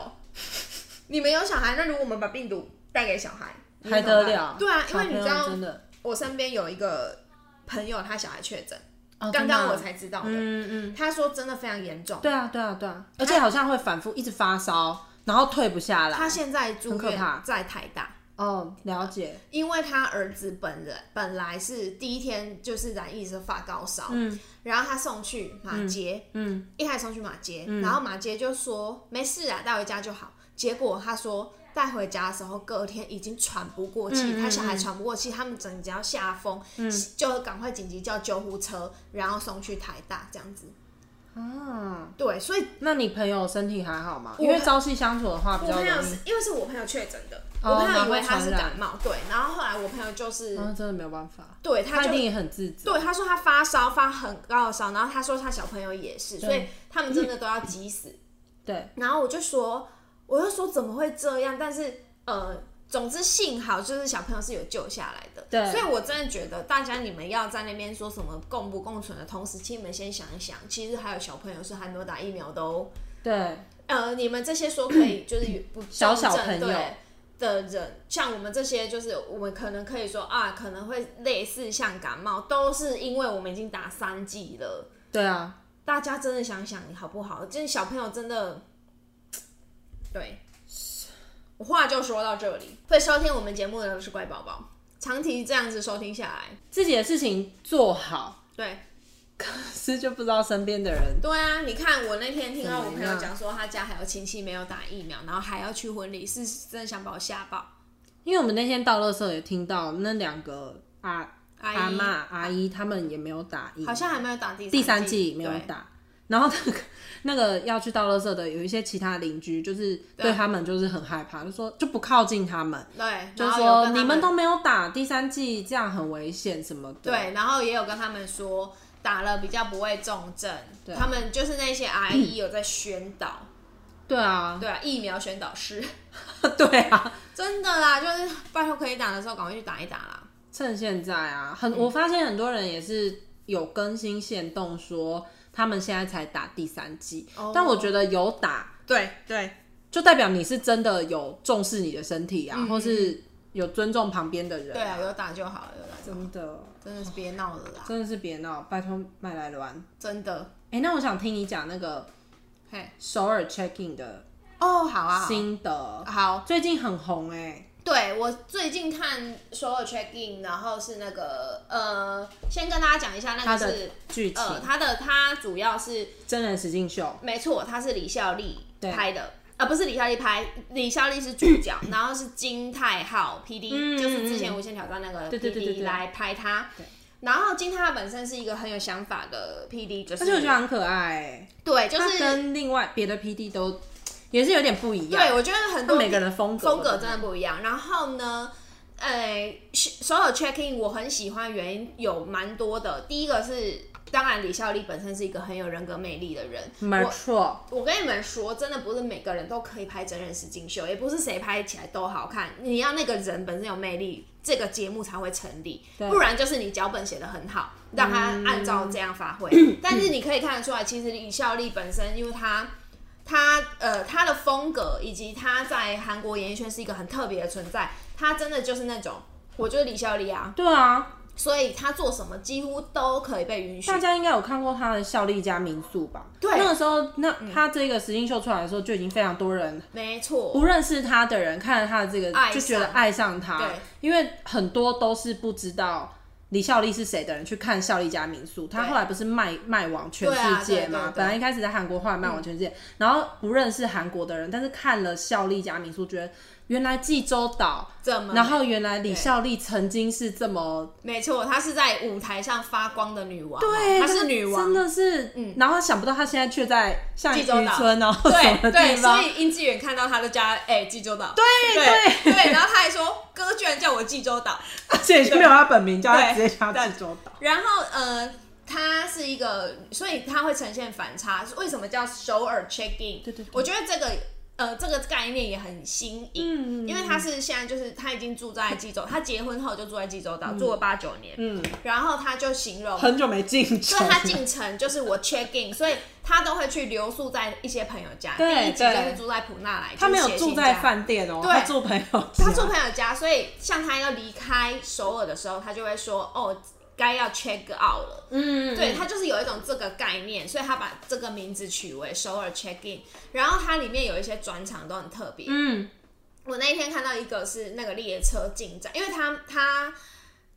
你们有小孩，那如果我们把病毒带给小孩，你们
还
怎么
得
办
了？
对啊，因为你知
小朋友
道，
真的，
我身边有一个朋友，他小孩确诊，
哦
刚刚我，
真的啊
才知道的。
嗯嗯。
他说真的非常严重，
对啊，对啊，对啊，而且好像会反复一直发烧，然后退不下来。
他现在住
很可怕
院在台大。
哦，了解，
因为他儿子本人本来是第一天就是染疫是发高烧，嗯，然后他送去马街，
嗯，
一开始送去马街，然后马街就说没事啊，带回家就好。结果他说带回家的时候，隔天已经喘不过气，
嗯嗯嗯
他小孩喘不过气，他们整家吓疯，就赶快紧急叫救护车，然后送去台大这样子。
啊，
对，所以
那你朋友身体还好吗？
我
因为朝夕相处的话比
我
较
朋
容
友
易
是，因为是我朋友确诊的，
哦
我朋友以为
然后
他是
传染
感冒，对，然后后来我朋友就是。
啊，真的没有办法，
对，
他
他
一
就
定也很自责。
对，他说他发烧，发很高的烧，然后他说他小朋友也是，所以他们真的都要急死。
对，
然后我就说，我就说怎么会这样？但是呃，总之幸好就是小朋友是有救下来的。
对
所以我真的觉得大家你们要在那边说什么共不共存的同时，请你们先想一想，其实还有小朋友是还没有打疫苗的哦。
对，
呃，你们这些说可以就是
<coughs>
不
小小
重症
朋友
对的人，像我们这些，就是我们可能可以说啊，可能会类似像感冒，都是因为我们已经打三剂了。
对啊，
大家真的想想好不好？就是小朋友真的，对，我话就说到这里。会收听我们节目的都是乖宝宝，长期这样子收听下来，
自己的事情做好，
对
可是就不知道身边的人。
对啊，你看我那天听到我
怎么
朋友
样
讲说，他家还有亲戚没有打疫苗，然后还要去婚礼，是真的想把我吓爆。
因为我们那天到乐社也听到那两个阿
阿姨
阿妈阿姨，他们也没有打疫苗，
好像还没有打第
第
三
三季没有打。然后那个那个要去倒垃圾的，有一些其他邻居，就是对他们就是很害怕，就说就不靠近他们，
对，对
就
然后有
说
跟他
你们都没有打第三季，这样很危险什么的。
对，然后也有跟他们说打了比较不会重症，他们就是那些阿姨有在宣导，
对啊， <laughs>
对啊，疫苗宣导师，
对啊，
<laughs> 真的啦，就是拜托可以打的时候赶快去打一打啦。
趁现在啊，
嗯
很我发现很多人也是有更新线动说他们现在才打第三季，
哦
但我觉得有打
对对
就代表你是真的有重视你的身体啊，或是有尊重旁边的人。
嗯对啊，有打就好，有打就好，
真的，
真的是别闹了啦，
真的是别闹，拜托麦来乱。
真的。
哎、那我想听你讲那个
嘿，
首尔 check in 的
哦，好啊，好
心得，
好，
最近很红哎、
对我最近看首尔 check in，然后是那个呃，先跟大家讲一下，那
它
个
的
是
剧情、
呃，它的它主要是
真人实境秀，
没错，它是李孝利
对
拍的，啊，不是李孝利拍，李孝利是主角，然后是金泰浩 P D，、
嗯
就是之前《无限挑战》那个
对
P
对对对
D
对
来拍他。然后金泰浩本身是一个很有想法的 P D，就是
而且我觉得很可爱、欸，
对，就
它
是
跟另外别的 PD 都也是有点不一样，
对，我觉得很
它
多
每个人的风格
风格
都不
真的不一样。然后呢，呃，所有 check in 我很喜欢，原因有蛮多的。第一个是，当然李孝利本身是一个很有人格魅力的人。
没错，
我跟你们说，真的不是每个人都可以拍真人实境秀，也不是谁拍起来都好看。你要那个人本身有魅力，这个节目才会成立。
对
不然就是你脚本写的很好，让他按照这样发挥。
嗯
但是你可以看得出来，其实李孝利本身，因为他他呃他的风格以及他在韩国演艺圈是一个很特别的存在，他真的就是那种。我就是李孝利啊，
对啊，
所以他做什么几乎都可以被允许
大。家应该有看过他的《效力加民宿》吧？
对嗯
那个时候，那他这个实境秀出来的时候，就已经非常多人
没错，
不认识他的人看了他的这个
爱，上
就觉得爱上他
对，
因为很多都是不知道。李孝利是谁的人去看《孝利家民宿》，他
对
后来不是卖卖往全
对啊
世界嘛？
对对对
本来一开始在韩国，后来卖往全世界。然后不认识韩国
嗯
的人，但是看了《孝利家民宿》，觉得原来济州岛，
这么
然后原来李孝利曾经是这么
没错，她是在舞台上发光的女王，啊
对，
她是女
真
王，嗯
的是，然后想不到他现在却在像
济
渔
州岛
村哦，什么
对
地
对，所
方，
以殷志远看到她就叫她哎济州岛，
对
对对，然后他还说哥居然叫我济州岛，
而且已经没有他本名，叫他
对
直接叫他济州岛。
然后呃，它是一个，所以它会呈现反差。为什么叫首尔 check in？
对对对
我觉得这个呃这个概念也很新颖，
嗯
因为他是现在就是他已经住在济州，他结婚后就住在济州岛，住了八九年，
嗯，
然后他就形容
很久没进
所
城
以
了，
他进城就是我 check in，所以他都会去留宿在一些朋友家。
对
第一集就是
对
住在普纳莱，
他没有
就是写
住
信
在
家。
饭店哦，
对
他住朋友家，
他住朋友家，所以像他要离开首尔的时候，他就会说：“哦，该要 check out 了。”
嗯，
对，它就是有一种这个概念，所以他把这个名字取为首尔 check in。然后它里面有一些转场都很特别。
嗯，
我那一天看到一个是那个列车进站，因为他他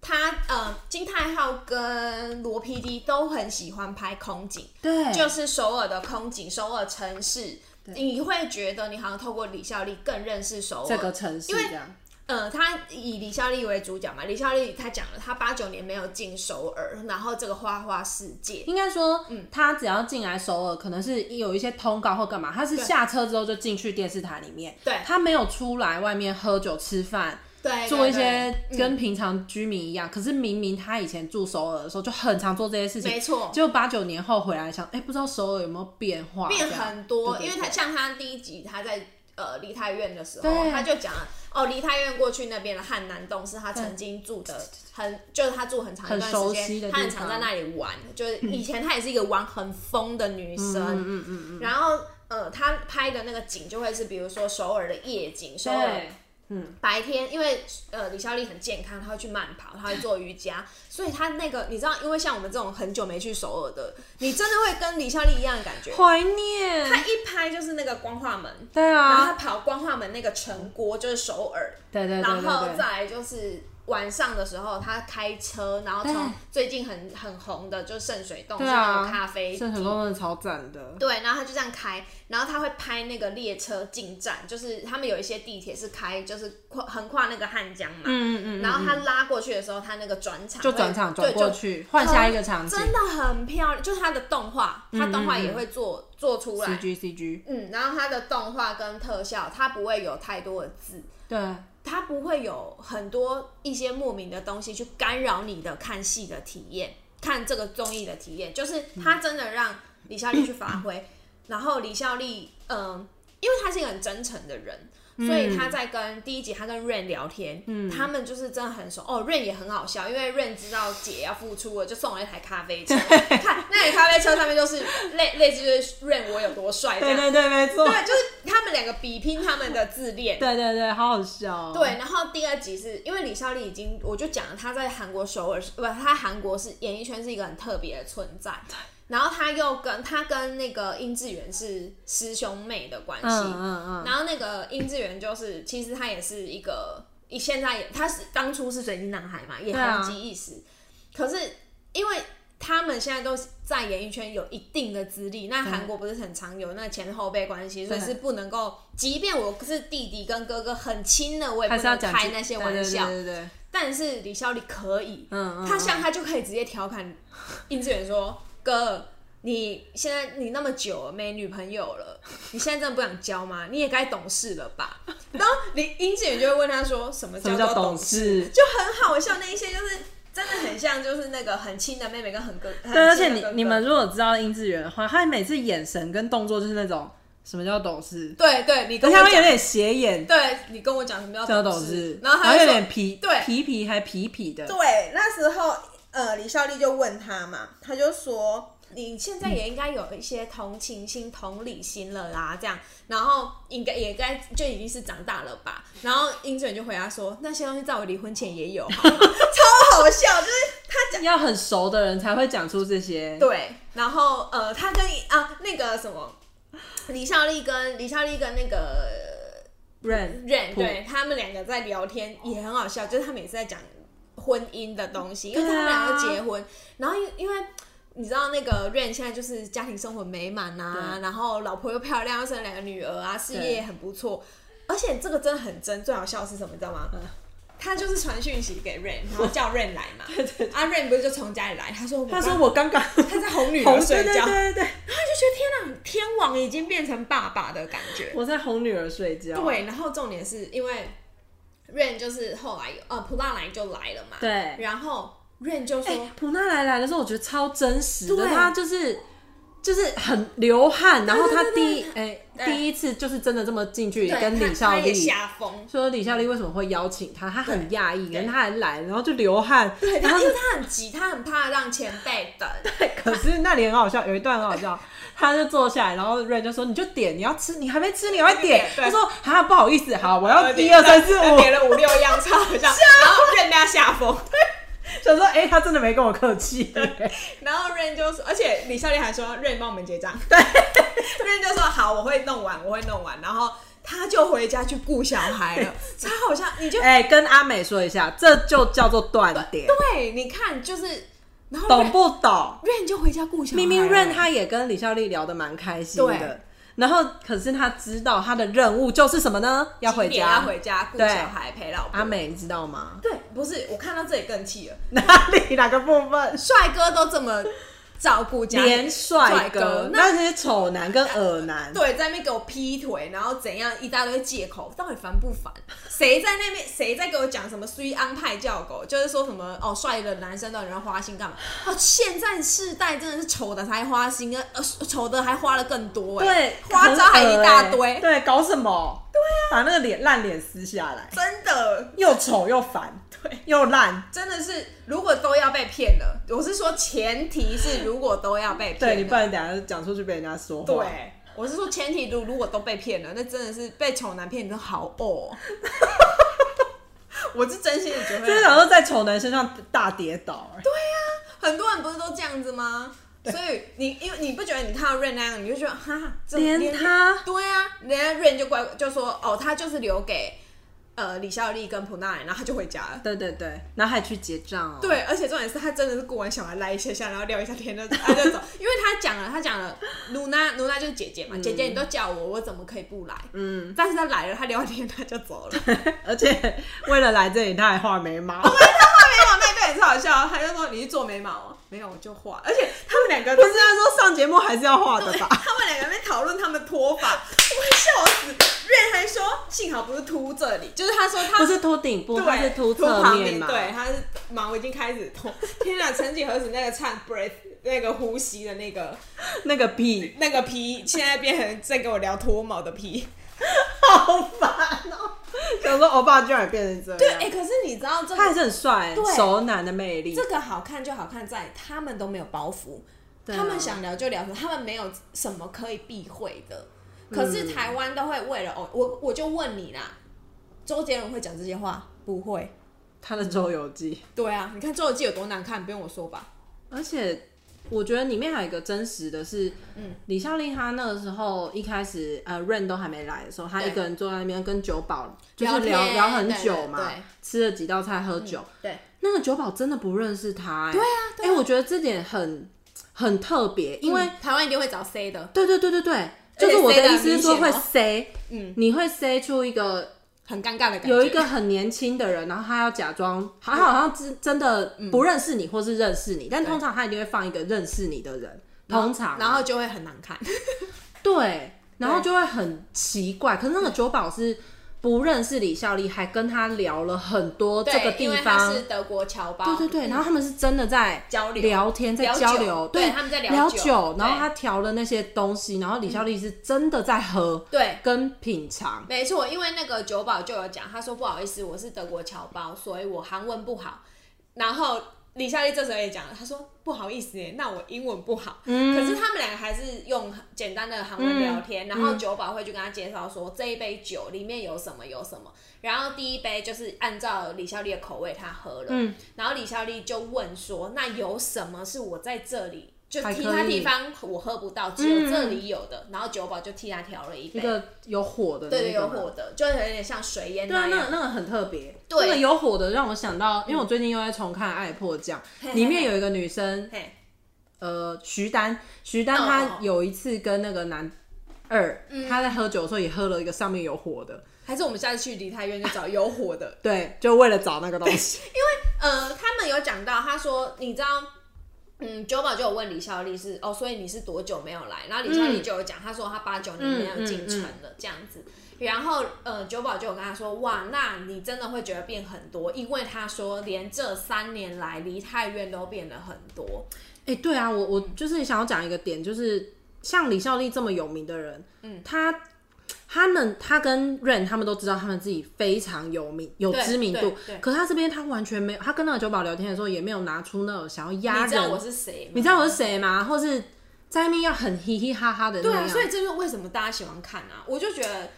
他呃，金泰浩跟罗 PD 都很喜欢拍空景，
对，
就是首尔的空景，首尔城市。你会觉得你好像透过李孝利更认识首尔
这个城市这样，
呃，他以李孝利为主角嘛，李孝利他讲了，他八九年没有进首尔，然后这个花花世界，
应该说，
嗯
他只要进来首尔，可能是有一些通告或干嘛，他是下车之后就进去电视台里面，
对
他没有出来外面喝酒吃饭，
对，嗯
做一
对
些
对嗯
跟平常居民一样，可是明明他以前住首尔的时候就很常做这些事情，
没错
结果八九年后回来想，哎、不知道首尔有没有变化，
变
这样
很多，
对对
因为他像他第一集他在呃梨泰院的时候，
对
他就讲了哦，梨泰院过去那边的汉南洞是他曾经住的很，就是他住很长一
很
段
熟
时
悉的地
间，他
方
很常在那里玩，就是以前他也是一个玩很疯的女生，嗯嗯嗯，然后呃，他拍的那个景就会是比如说首尔的夜景，首尔
对，
白天，因为呃李孝利很健康，他会去慢跑，他会做瑜伽，所以他那个你知道，因为像我们这种很久没去首尔的，你真的会跟李孝利一样的感觉。
怀念，
他啊一拍就是那个光化门，
对
然后他
啊，
跑光化门那个城郭就是首尔，
对对对
然后
对对，
再来就是晚上的时候他开车，然后从
对
最近很很红的就是圣水洞，
哎对
是那种
啊，
咖啡
圣水
厅
洞真的超赞的，
对，然后他就这样开，然后他会拍那个列车进站，就是他们有一些地铁是开，就是跨横跨那个汉江嘛。
嗯嗯嗯，
然后他拉过去的时候，他那个转场
就
会
转场
对
转过
就
去，换下一个场景
真的很漂亮。就是他的动画，
嗯
他动画也会做、做出来。
，CG CG，
嗯，然后他的动画跟特效，它不会有太多的字，
对，
它不会有很多一些莫名的东西去干扰你的看戏的体验，看这个综艺的体验，就是他真的让呃李孝利去发挥，然后李孝利，嗯、因为他是一个很真诚的人，所以他在跟第一集他跟 Rain 聊天，他们就是真的很熟哦。Rain 也很好笑，因为 Rain 知道姐要付出了，就送了一台咖啡车。看那台咖啡车上面就是类类似就是 Rain 我有多帅这
对对
样，
对，没错
对，，就是他们两个比拼他们的自恋。
对对对，好好笑、哦。
对，然后第二集是因为李孝利已经，我就讲了他在韩国首尔是，不，他韩国是演艺圈是一个很特别的存在。然后他又跟他跟那个殷志源是师兄妹的关系，
嗯嗯嗯，
然后那个殷志源就是其实他也是一个，现在也他是当初是水晶男孩嘛，也
对啊
红极一时。可是因为他们现在都是在演艺圈有一定的资历，那韩国不是很常有那前后辈关系，所以
对
是不能够，即便我是弟弟跟哥哥很亲的，我也不
还是要
能
讲
开那些玩笑。
对对对对对，
但是李孝利可以，
嗯嗯，
他
嗯
像他就可以直接调侃殷志源说：“哥，你现在你那么久了没女朋友了，你现在真的不想交吗？你也该懂事了 <laughs> 吧？”然后李殷志源就会问他说：“什么
什么
叫
叫
做
懂
懂
事？
就很好笑，那一些就是真的很像，就是那个很亲的妹妹跟很哥，很亲
对，
的
而且你
哥哥
你们如果知道殷志源的话，他每次眼神跟动作就是那种什么叫懂事，
对对，你
而
跟
且
我
他会有
讲，
点斜眼，
对你跟我讲什么
叫
叫
懂
事
事，，
然后他
有
就说
点皮，
对
皮皮还皮皮的，
对，那时候呃，李孝利就问他嘛，他就说你现在也应该有一些同情心、同理心了啦，这样，然后应该也该就已经是长大了吧。然后英准就回答说，那些东西在我离婚前也有， <laughs> 好吗超好笑，就是他讲。
要很熟的人才会讲出这些。
对，然后呃，他跟啊那个什么，李孝利跟李孝利跟那个
Ren，
人
普
对他们两个在聊天也很好笑，就是他们也是在讲婚姻的东西，因为
对
他
啊
们两个结婚，然后因因为。你知道那个 Rain 现在就是家庭生活美满啊，
对
然后老婆又漂亮，又生了两个女儿啊，事
对
业也很不错，而且这个真的很真。最好笑的是什么，你知道吗？
嗯
他就是传讯息给 Rain，
<laughs>
然后叫 Rain 来嘛。啊，Rain 不是就从家里来，他说我
他
刚
说我刚刚
他在哄女
红
儿睡
对
觉，然后
对对对，
就觉得天啊，天王已经变成爸爸的感觉。
我在哄女儿睡觉。
对，然后重点是因为 Rain 就是后来有呃普拉莱就来了嘛，，
对，
然后 Rain 就说、
哎、普娜来来的时候，我觉得超真实的，
对
她就是就是很流汗，然后她第一哎、
对
第一次就是真的这么近距离
对
跟
他
李孝
他也
利。
吓疯，
说李孝利为什么会邀请他，他很讶异，
对
人他还来，然后就流汗，
对，
然
他
后
因为他很急，他很怕让前辈等，
可是那里很好笑，有一段很好笑，他就坐下来，然后 Rain 就说：“你就点，你要吃，你还没吃，你赶快点。”
对
他说：“啊，不好意思，好，我要 <laughs>
对
一二三四
他
五。
点了五六样，超
<laughs>
好笑，然后 Rain 被他吓疯，”
想说：“哎、他真的没跟我客气。
然后 Rain 就说，而且李孝利还说 Rain 帮我们结账，对 <laughs> ，Rain 就说好，我会弄完，我会弄完，然后。他就回家去顾小孩了，超好笑！你
<laughs>
就
哎、跟阿美说一下，这就叫做断点，
对，你看就是，然后
懂
Rain
不 <laughs> 懂？
Rain 就回家顾小孩了，
明明 Rain 他也跟李孝利聊得蛮开心
对
的，然后可是他知道他的任务就是什么呢？要回
几点要
家。
回家顾
对
小孩陪老婆。
阿美，你知道吗？
对，不是我看到这里更气了，
<laughs> 哪里哪个部分？
帅哥都这么照顾家庭，
<laughs> 连帅
帅
哥
哥，
那些丑男 <laughs> 跟耳男，
对，在那边给我劈腿，然后怎样一大堆借口，到底烦
<laughs>
不烦？谁在那边谁在给我讲什么虽安派教狗，就是说什么哦帅的男生到底要花心干嘛？哦，现在世代真的是丑的才花心，呃丑的还花了更多、哎，
对，
花招还一大
很
堆，
恶欸对，搞什么？对啊，把那个脸烂脸撕下来，
真的。
又丑又烦，对，又烂，
真的是，如果都要被骗了，我是说前提是如果都要被
对
骗
你
了
不然等下讲出去被人家说话，
对，我是说前提如如果都被骗了，那真的是被丑男骗，真的好哦。 <laughs> 我是真心的觉
就是
得，
想说啊在丑男身上大跌倒，欸对，
很多人不是都这样子吗？所以你因为你不觉得你看到 Rain 那样，你就觉得哈，这
连他
对啊，人家 Rain 就乖就说哦，他就是留给呃李孝利跟普纳然后他就回家了。
对对对，然后还去结账哦，，
对，而且重点是他真的是顾完小孩来一下下，然后聊一下天就他就走，因为他讲了，他讲了，露娜露娜就是姐姐嘛，姐姐你都叫我，我怎么可以不来？
嗯，
但是他来了，他聊完天他就 <laughs> 走了。没
<laughs> 而且为了来这里他还画眉毛， <laughs>
有啊那一段也是好笑，他就说你去做眉毛哦， <laughs> 没有我就画，而且他们两个
不
都
是他说上节目还是要画的吧？
<laughs> 他们两个在讨论他们脱发， <laughs> 我会笑死。瑞还说幸好不是秃这里，就是他说他
不是秃顶部，他
对，
是秃侧
旁
面嘛，
对，他是毛已经开始痛。天哪，曾几何时那个唱 breath 那个呼吸的那个。 <laughs>
那个屁，
那个皮现在变成在跟我聊脱毛的皮，
好烦哦、想说欧巴居然也变成这样，
<laughs> 对，哎、可是你知道这
他还
个
是很帅、
对
熟男的魅力
这。个好看就好看在他们都没有包袱，
对啊
他们想聊就聊，他们没有什么可以避讳的。可是台湾都会为了哦，我我就问你啦，周杰伦会讲这些话？不会。
他的周游记，
对啊，你看周游记有多难看，不用我说吧？
而且我觉得里面还有一个真实的是，
嗯
李孝利他那个时候一开始呃 Rain 都还没来的时候，他
对
一个人坐在那边跟酒保就是
聊
聊
天
聊很
对
久嘛
对对，
吃了几道菜喝酒，
对，
那个酒保真的不认识他、欸，
对啊，
哎、
对啊
我觉得这点很很特别，因为、
嗯台湾一定会找 C 的，
对对对对对，
且
就是我
塞得
的意
很
思是
明
说
显
会
哦
塞，
嗯，
你会塞出一个
很尴尬的感觉。
有一个很年轻的人，然后他要假装，他好像真真的不认识你或是认识你，但通常他一定会放一个认识你的人，通常啊
然后就会很难看。
对，然后就会很奇怪。可是那个酒保是不认识李孝利，还跟他聊了很多 <laughs> 这个
对因
地
为它
方
是，德国侨胞，嗯
对对对，然后他们是真的在
交流
聊天，在
聊
交
酒
流，
对他们在聊
聊
酒对
然后他调了那些东西，然后李孝利是真的在喝
对，
跟品尝，
没错，因为那个酒保就有讲，他说不好意思，我是德国侨胞，所以我韩文不好。然后李孝利这时候也讲了，他说不好意思耶，那我英文不好。可是他们两个还是用简单的韩文聊天，然后酒保会去跟他介绍说这一杯酒里面有什么有什么。然后第一杯就是按照李孝利的口味他喝了，
嗯
然后李孝利就问说，那有什么是我在这里？就
还
其
可
他
以
地方我喝不到，只有这里有的。然后酒保就替他调了一杯
一，个有火的那
对
个
对，有
嘛
火的，就有点像水烟
对啊，
那
那个
样。
那个很特别，
哎对
那个有火的让我想到，因为我最近又在重看《爱破酱
嘿》，嘿
里面有一个女生，
嘿，
呃，徐丹，徐丹
哦哦
她
哦嗯
有一次跟那个男二，她在喝酒的时候也喝了一个上面有火的，
还是我们下次去梨泰院就找有火的。
对，就为了找那个东西，
<laughs> 呃，他们有讲到，他说你知道。嗯，九保就有问李孝利是哦，所以你是多久没有来？然后李孝利就有讲，他说他八九年没有进城了、这样子。然后呃，九保就有跟他说，哇，那你真的会觉得变很多，因为他说连这三年来梨泰院都变得很多。
哎、对啊，我我就是想要讲一个点，就是像李孝利这么有名的人，嗯，他他们他跟 Rain 他们都知道他们自己非常有名有
对
知名
对
度
对，
可他这边他完全没有，他跟那个酒保聊天的时候也没有拿出那种想要压
你知道
人
我是谁吗？
你知道我是谁吗？或是在那边要很嘻嘻哈哈的那
对
样。
啊，所以这就是为什么大家喜欢看啊！我就觉得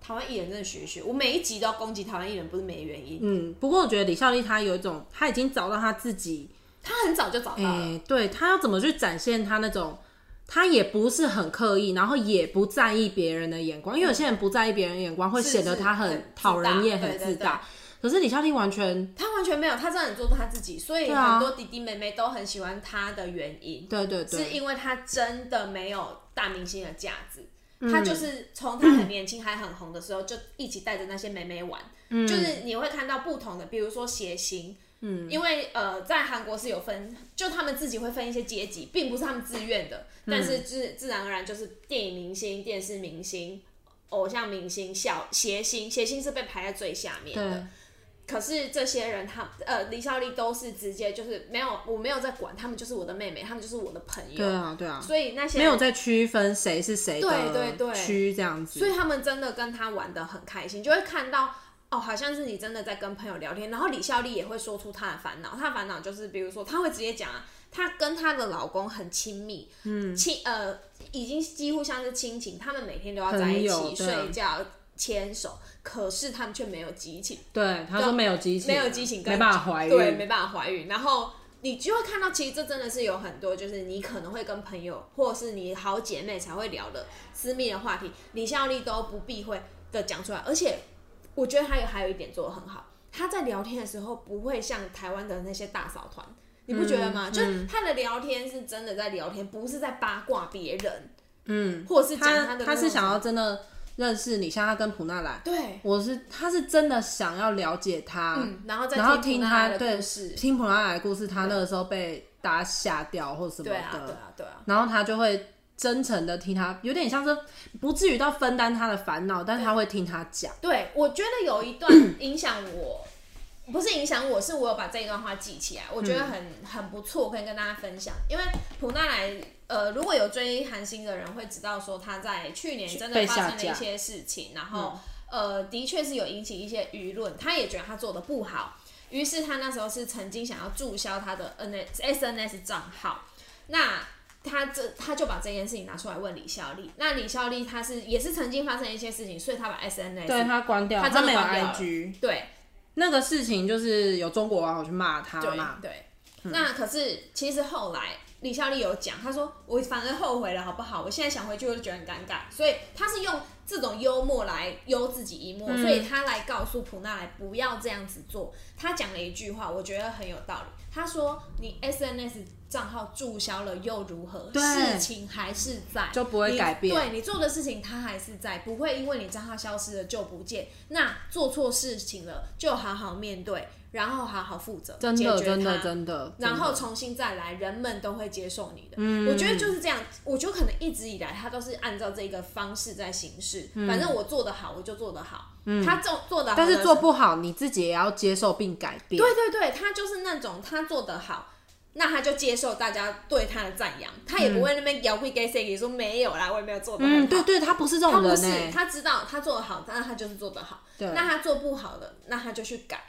台湾艺人真的学学，我每一集都要攻击台湾艺人，不是没原因，
嗯，不过我觉得李孝利他有一种，他已经找到他自己，
他很早就找到
哎、
了。
对他要怎么去展现他那种，他也不是很刻意，然后也不在意别人的眼光，因为有些人不在意别人的眼光，会
是
显得他
是
很
很
讨人厌、
自大
很
对
自
对
大。可是李孝利完全，
他完全没有，他真的很做他自己，所以
对啊
很多弟弟妹妹都很喜欢他的原因，
对对
是
对，
因为他真的没有大明星的价值。
嗯
他就是从他很年轻还很红的时候，就一起带着那些妹妹玩，
嗯
就是你会看到不同的，比如说谐星，嗯，因为呃，在韩国是有分，就他们自己会分一些阶级，并不是他们自愿的，
嗯
但是自自然而然就是电影明星、电视明星、偶像明星、小谐星，谐星是被排在最下面的，
对
可是这些人他，呃李孝利都是直接就是没有，我没有在管他们，就是我的妹妹，他们就是我的朋
对
友，
啊对啊，
所以那些
没有，在区分谁是谁
对
的
对对
区这样子。
所以他们真的跟他玩的很开心，就会看到哦，好像是你真的在跟朋友聊天，然后李孝利也会说出他的烦恼，他的烦恼就是比如说他会直接讲啊，她跟她的老公很亲密，嗯，亲呃已经几乎像是亲情，他们每天都要在一
朋友
起
对啊
睡觉、牵手，可是他们却没有激情。
对，他说没有激情啊，
没有激情跟，
没办法怀孕，
对，没办法怀孕。然后你就会看到，其实这真的是有很多，就是你可能会跟朋友或者是你好姐妹才会聊的私密的话题，李孝利都不避讳的讲出来。而且我觉得他有还有一点做的很好，他在聊天的时候不会像台湾的那些大嫂团，你不觉得
嗯
吗？就是他的聊天是真的在聊天，不是在八卦别人，嗯，或者是讲
他
的
他是想
要
要真的认识你，像他跟普纳兰，
对。
我是他是真的想要了解他，
嗯，然后再
然后
听
听
普
他
拉的
对
故事，
听普纳兰的故事，他那个时候被大家吓掉或什么
对
的，
啊，对啊，对啊。
然后他就会真诚的听他，有点像是不至于到分担他的烦恼，但是他会听他讲，
对，我觉得有一段影响我，不是影响我，是我有把这一段话记起来，我觉得很、很不错，可以跟大家分享。因为普纳莱，呃，如果有追韩星的人会知道说他在去年真的
被
发
下
生了
架
一些事情，然后、呃，的确是有引起一些舆论，他也觉得他做的不好，于是他那时候是曾经想要注销他的 N S S N S 账号，那。他这他就把这件事情拿出来问李孝利，那李孝利他是也是曾经发生一些事情，所以他把 S N S
对他关掉，
他
他
真的
没有
关掉了
IG。
对
那个事情就是有中国网友去骂他
对
嘛，嗯
对，那可是其实后来李孝利有讲，他说我反正后悔了，好不好？我现在想回去我就觉得很尴尬，所以他是用这种幽默来幽自己一默，
嗯
所以他来告诉普纳莱不要这样子做。他讲了一句话，我觉得很有道理。他说：“你 S N S 账号注销了又如何？
对
事情还是在，
就不会
你
改变
对你做的事情，它还是在，不会因为你账号消失了就不见。那做错事情了，就好好面对，然后好好负责，
真
解
的
决
真的
它
真的。
然后
真的
重新再来，人们都会接受你的。
嗯
我觉得就是这样，我就可能一直以来他都是按照这个方式在行事。反正我做得好，我就做得好。他做做得好的
嗯但
时候，
是做不好，你自己也要接受并改变。
对对对，他就是那种他做得好，那他就接受大家对他的赞扬，他也不会那边摇柜给谁给说没有啦，我也没有做得很好。
嗯嗯，对对，他不是这
他
种
不
人欸
是
呢、，
他知道他做得好，但是他就是做得好。
对
那他做不好的，那他就去改。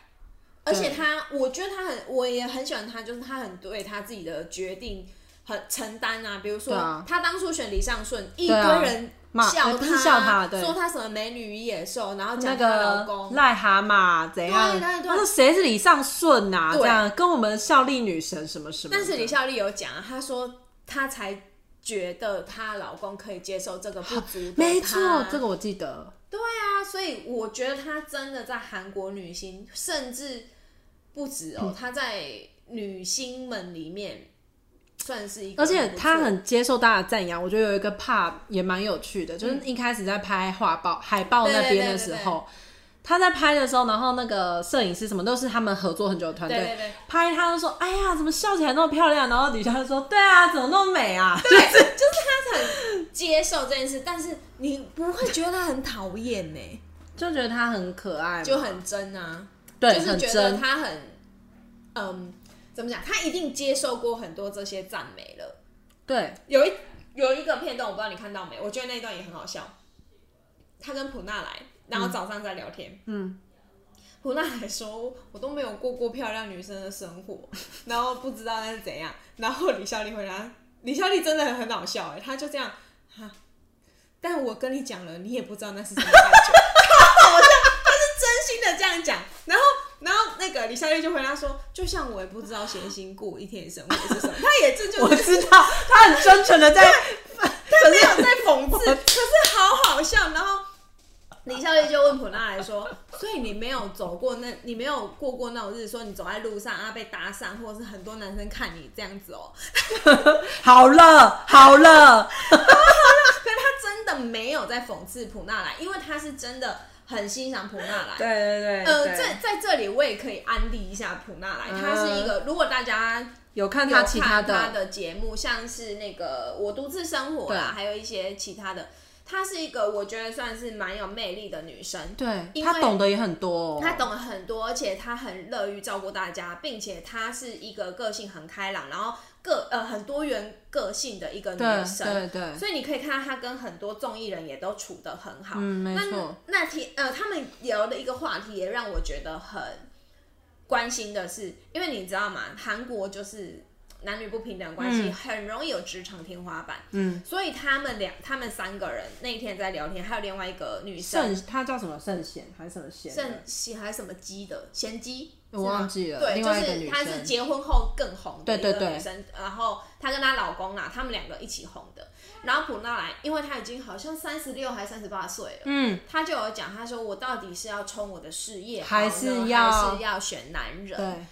而且他，我觉得他很，我也很喜欢他，就是他很对他自己的决定很承担啊。比如说，
对啊
他当初选李尚顺，一堆
对啊
人
骂
笑
哎不
他，
是笑他对
说他什么美女与野兽，然后
那
讲她老
个
公，
癞蛤蟆怎样？
对对对
他说谁是李尚顺呐、
对
这样跟我们效力女神什么什么的。
但是李孝利有讲啊，她说她才觉得她老公可以接受这个不足的她，
没错，这个我记得。
对啊，所以我觉得她真的在韩国女星，甚至不止
嗯
哦，她在女星们里面算是一个
而
不错，
且他很接受大家的赞扬，我觉得有一个 part 也蛮有趣的，就是一开始在拍画报、海报那边的时
嗯对对对对
候，他在拍的时候，然后那个摄影师什么都是他们合作很久的团
对对
队
对，
拍，他就说：“哎呀，怎么笑起来那么漂亮？”然后底下就说：“对啊，怎么那么美啊
对，就是她很接受这件事，但是你不会觉得她很讨厌呢，？”
就觉得他很可爱嘛，
就很真啊。
对，
就是
很
觉得
真，
他很，嗯，怎么讲？他一定接受过很多这些赞美了。
对，
有一有一个片段，我不知道你看到没？我觉得那一段也很好笑。他跟普娜来，然后早上在聊天，
嗯，
普娜还说：“我都没有过过漂亮女生的生活，然后不知道那是怎样。”然后李孝利回答：“李孝利真的很好笑哎、他就这样哈，但我跟你讲了，你也不知道那是什么感觉。” <laughs> 真心的这样讲，然后，然后那个李孝利就回答说，就像我也不知道闲心过一天的生活是什么，他也 <laughs> 这就
我
是
知道，他很真诚的在，
他没有在讽刺，可是好好笑。然后李孝利就问普娜来说， <laughs> 所以你没有走过那，你没有过过那种日子，说你走在路上啊被搭讪，或者是很多男生看你这样子哦，
好了，好了，
可是他真的没有在讽刺普娜来，因为他是真的很欣赏普娜来，
对对对，嗯
呃，
对
这在这里我也可以安利一下普娜来，她是一个，如果大家
有看
有
他其他
看他
的，
的节目，像是那个《我独自生活》啦，
对
还有一些其他的，她是一个我觉得算是蛮有魅力的女生，
对
因
他
为
懂得也很多哦，
她懂很多，而且她很乐于照顾大家，并且她是一个个性很开朗，然后个呃很多元个性的一个
对
女生。
对对，
所以你可以看到她跟很多综艺人也都处得很好，
嗯，没
那
错，
那天呃，他们聊的一个话题也让我觉得很关心的是，因为你知道吗？韩国就是男女不平等关系，很容易有职场天花板。
嗯，
所以他们两，他们三个人那一天在聊天，还有另外一个女生，
圣他叫什么圣贤还是什么贤？
圣喜还是什么基的贤基，
我
是吗
忘记了
对，
另
就
外一个
是
女
她
生
是结婚后更红的
对
一个
对对
女生，然后她跟她老公啊啦，他们两个一起红的。然后普娜莱，因为她已经好像三十六还三十八岁了，
嗯，
他就有讲，他说我到底是要冲我的事业好
还
呢，
是要
还是要选男人？
对，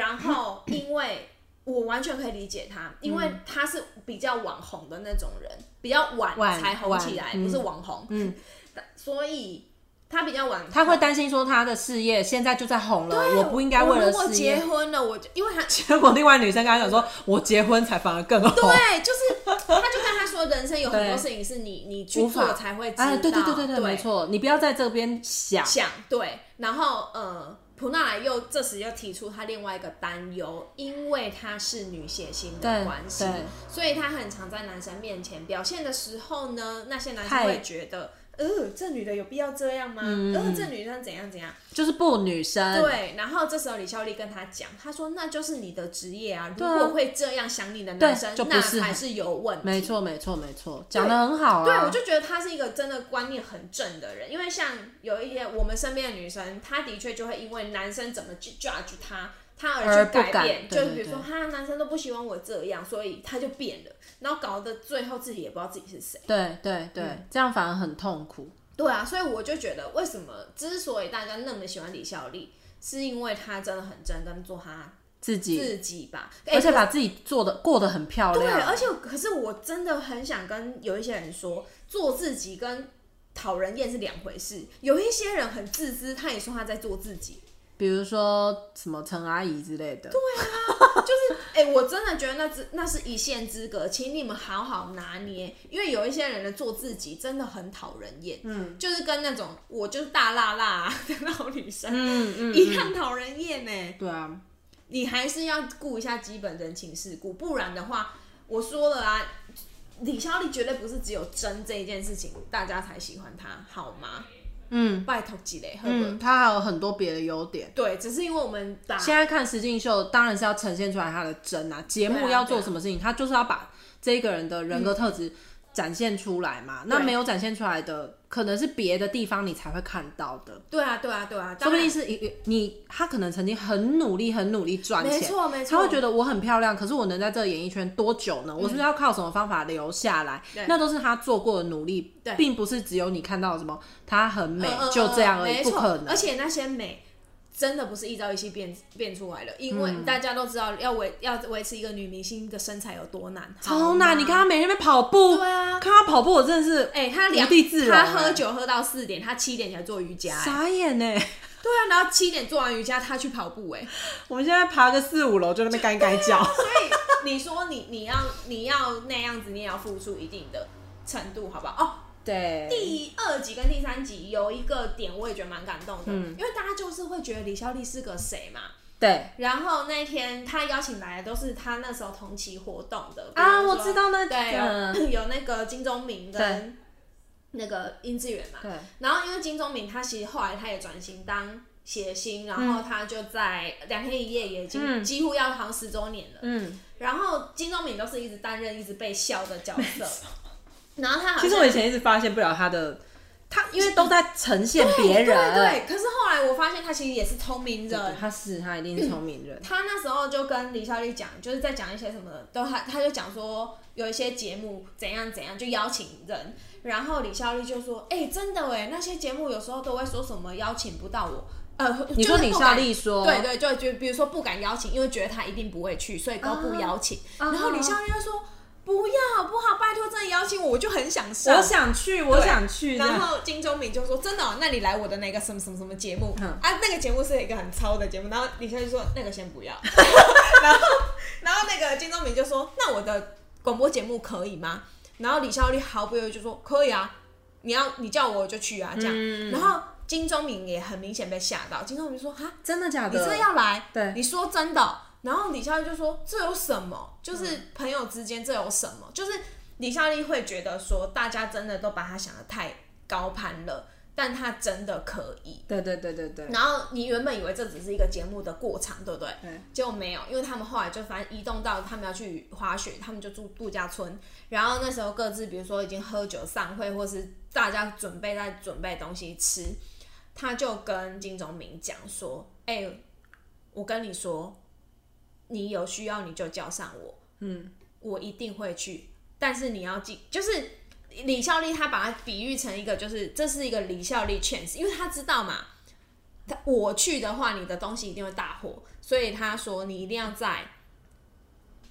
然后因为我完全可以理解
嗯
他，因为他是比较网红的那种人，比较晚
晚
才红起来，
晚嗯
不是网红，
嗯，
所以他比较晚，
他会担心说他的事业现在就在红了，
对。
我不应该为了
我如果
事
结
业。
婚了，我就因为他
<laughs> 结果另外女生跟他讲说，我结婚才反而更红。
对，就是他就跟他说，人生有很多
对
事情是你你去
无法
做才会知道，
哎，对对对对
对
对，没错，你不要在这边想，
想对，然后呃，普纳莱又这时又提出他另外一个担忧，因为她是女血型的
对
关系，
对
所以她很常在男生面前表现的时候呢，那些男生
太
会觉得呃，这女的有必要这样吗？
嗯
呃，这女生怎样怎样？
就是不女生，
对，然后这时候李孝利跟他讲，他说那就是你的职业啊，如
啊
果会这样想你的男生
对就，不
那
是
才是有问题。
没错没错没错，讲的很好啊。
对，我就觉得她是一个真的观念很正的人，因为像有一些我们身边的女生，她的确就会因为男生怎么去 judge 她，她
而
而去
不
改
敢
变。
对
就
对
比如说，哈，男生都不喜欢我这样，所以她就变了，然后搞得最后自己也不知道自己是谁。
对对对、
嗯
这样反而很痛苦。
对啊，所以我就觉得，为什么之所以大家那么喜欢李孝利，是因为她真的很真，跟做她
自己，
自己吧。哎
而且把自己做的过得很漂
对，啊
亮。
而且可是我真的很想跟有一些人说，做自己跟讨人厌是两回事。有一些人很自私，他也说他在做自己。
比如说什么陈阿姨之类的，
<laughs> 哎、我真的觉得那只那是一线之隔，请你们好好拿捏，因为有一些人的做自己真的很讨人厌。嗯，就是跟那种我就是大辣辣啊的那种女生、
嗯嗯，
一样讨人厌呢、
对啊，
你还是要顾一下基本人情世故，不然的话，我说了啊，李孝利绝对不是只有真这一件事情大家才喜欢他，好吗？
嗯
拜托几嘞，赫本、
嗯，她还有很多别的优点。
对，只是因为我们把
现在看实境秀，当然是要呈现出来她的真啊，节
对
目
啊嗯
要做什么事情，她就是要把这个人的人格特质展现出来嘛。那
对
没有展现出来的，可能是别的地方你才会看到的。
对啊，对啊，对啊，
说
当
不
然
定是一个你，他可能曾经很努力、很努力赚
没
钱，
错没错，嗯
他会觉得我很漂亮，可是我能在这个演艺圈多久呢？我是不是要靠什么方法留下来？
对
那都是他做过的努力
对，
并不是只有你看到什么他很美、
嗯嗯
就这样而
嗯
已，
没
不
错
可
而
能。哦
且那些美。真的不是一朝一夕变变出来的，因
嗯
为大家都知道要维要维持一个女明星的身材有多难，
超
好
难！
吗
你看他每天在那边跑步，
对啊
看他跑步，我真的是
哎、他
无
两
地自容
他
哎
喝酒喝到四点，他七点才做瑜伽、哎
傻眼呢。 <laughs>
对啊，然后七点做完瑜伽，他去跑步、哎，
我们现在爬个四五楼就在那边干干
<laughs>
叫，
所以你说你你要你要那样子，你也要付出一定的程度，好不好？哦，
对，
第二集跟第三集有一个点，我也觉得蛮感动的，
嗯
因为大家就是会觉得李孝利是个谁嘛。
对
然后那天他邀请来的都是他那时候同期活动的
啊，
比如
我
说
知道那
对，
个，
有 <laughs> 有那个金钟明
对
跟那个殷志源嘛，
对，
然后因为金钟敏他其实后来他也转型当谐星，然后他就在两天一夜也已经
嗯
几乎要好像十周年了。
嗯，
然后金钟敏都是一直担任一直被笑的角
<laughs>
色，然后他好像
其实我以前一直发现不了他的，他因为都在呈现别人，
对对，可是后来我发现他其实也是聪明人。
他是他一定是聪明人，
嗯他那时候就跟李孝利讲，就是在讲一些什么的，都他他就讲说有一些节目怎样怎样，就邀请人，然后李孝利就说，哎、真的哎，那些节目有时候都会说什么邀请不到我，呃，
你说
就是
李
不
孝
敢
利说，
对对，就就比如说不敢邀请，因为觉得他一定不会去，所以都不邀请。
啊
然后李孝利就说：“不要，好不好，拜托，真的邀请我，我就很想上
我。想去，我想去，”这
然
样
后金钟敏就说：“真的哦、那你来我的那个什么什么什么节目、
嗯
啊？那个节目是一个很糙的节目。”然后李孝利就说：“
<laughs>
那个先不要。”然后，然后那个金钟敏就说：“那我的广播节目可以吗？”然后李孝利毫不犹豫就说：“可以啊，你要你叫我我就去啊。”这样，
嗯
然后金钟敏也很明显被吓到。金钟敏说：“哈，
真的假
你
的？
这要来，
对
你说真的哦。然后李孝利就说：“这有什么？就是
嗯
朋友之间这有什么？就是李孝利会觉得说，大家真的都把他想的太高攀了，但他真的可以。
对对对对对，
然后你原本以为这只是一个节目的过场，对不对？
对
结果没有，因为他们后来就反正移动到他们要去滑雪，他们就住度假村。然后那时候各自，比如说已经喝酒散会，或是大家准备在准备东西吃，他就跟金钟明讲说：“哎、我跟你说，你有需要你就叫上我，
嗯，
我一定会去。但是你要记，就是李孝利他把它比喻成一个，就是这是一个李孝利 chance，因为他知道嘛，他我去的话，你的东西一定会大火，所以他说你一定要在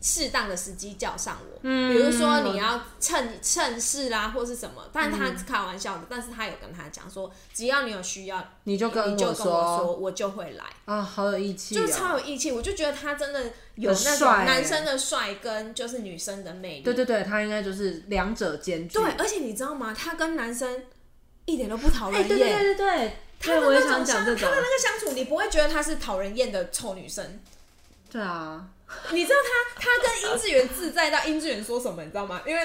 适当的时机叫上我，
嗯
比如说你要趁趁势啦，或是什么。但他是开玩笑的，但是他有跟他讲说，只要你有需要，
你就跟
你就
我
跟我
说
说，我就会来。
啊，好有义气
就
哦，
是超有义气，我就觉得他真的有
很
那种
帅欸
男生的帅跟就是女生的魅力。
对对对，他应该就是两者兼具，
对，而且你知道吗？他跟男生一点都不讨
哎，
人
对对
厌。
对对对，
他的
对我也
那
想
种
讲
相
这
他
种
的，那个相处，你不会觉得她是讨人厌的臭女生。
对啊，
你知道他，他跟殷志源自在到殷志源说什么，你知道吗？因为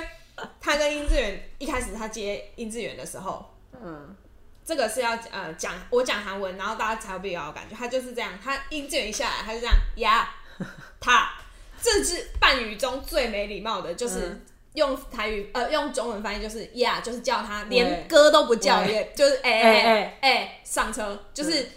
他跟殷志源一开始他接殷志源的时候，
嗯，
这个是要呃讲我讲韩文，然后大家才会比较有感觉。他就是这样，他音卷一下来，他就这样
<laughs>
呀，他这是半语中最没礼貌的，就是
嗯
用台语呃用中文翻译就是呀，就是叫他
喂
连哥都不叫，
喂
也就是哎
哎
哎哎上车，就是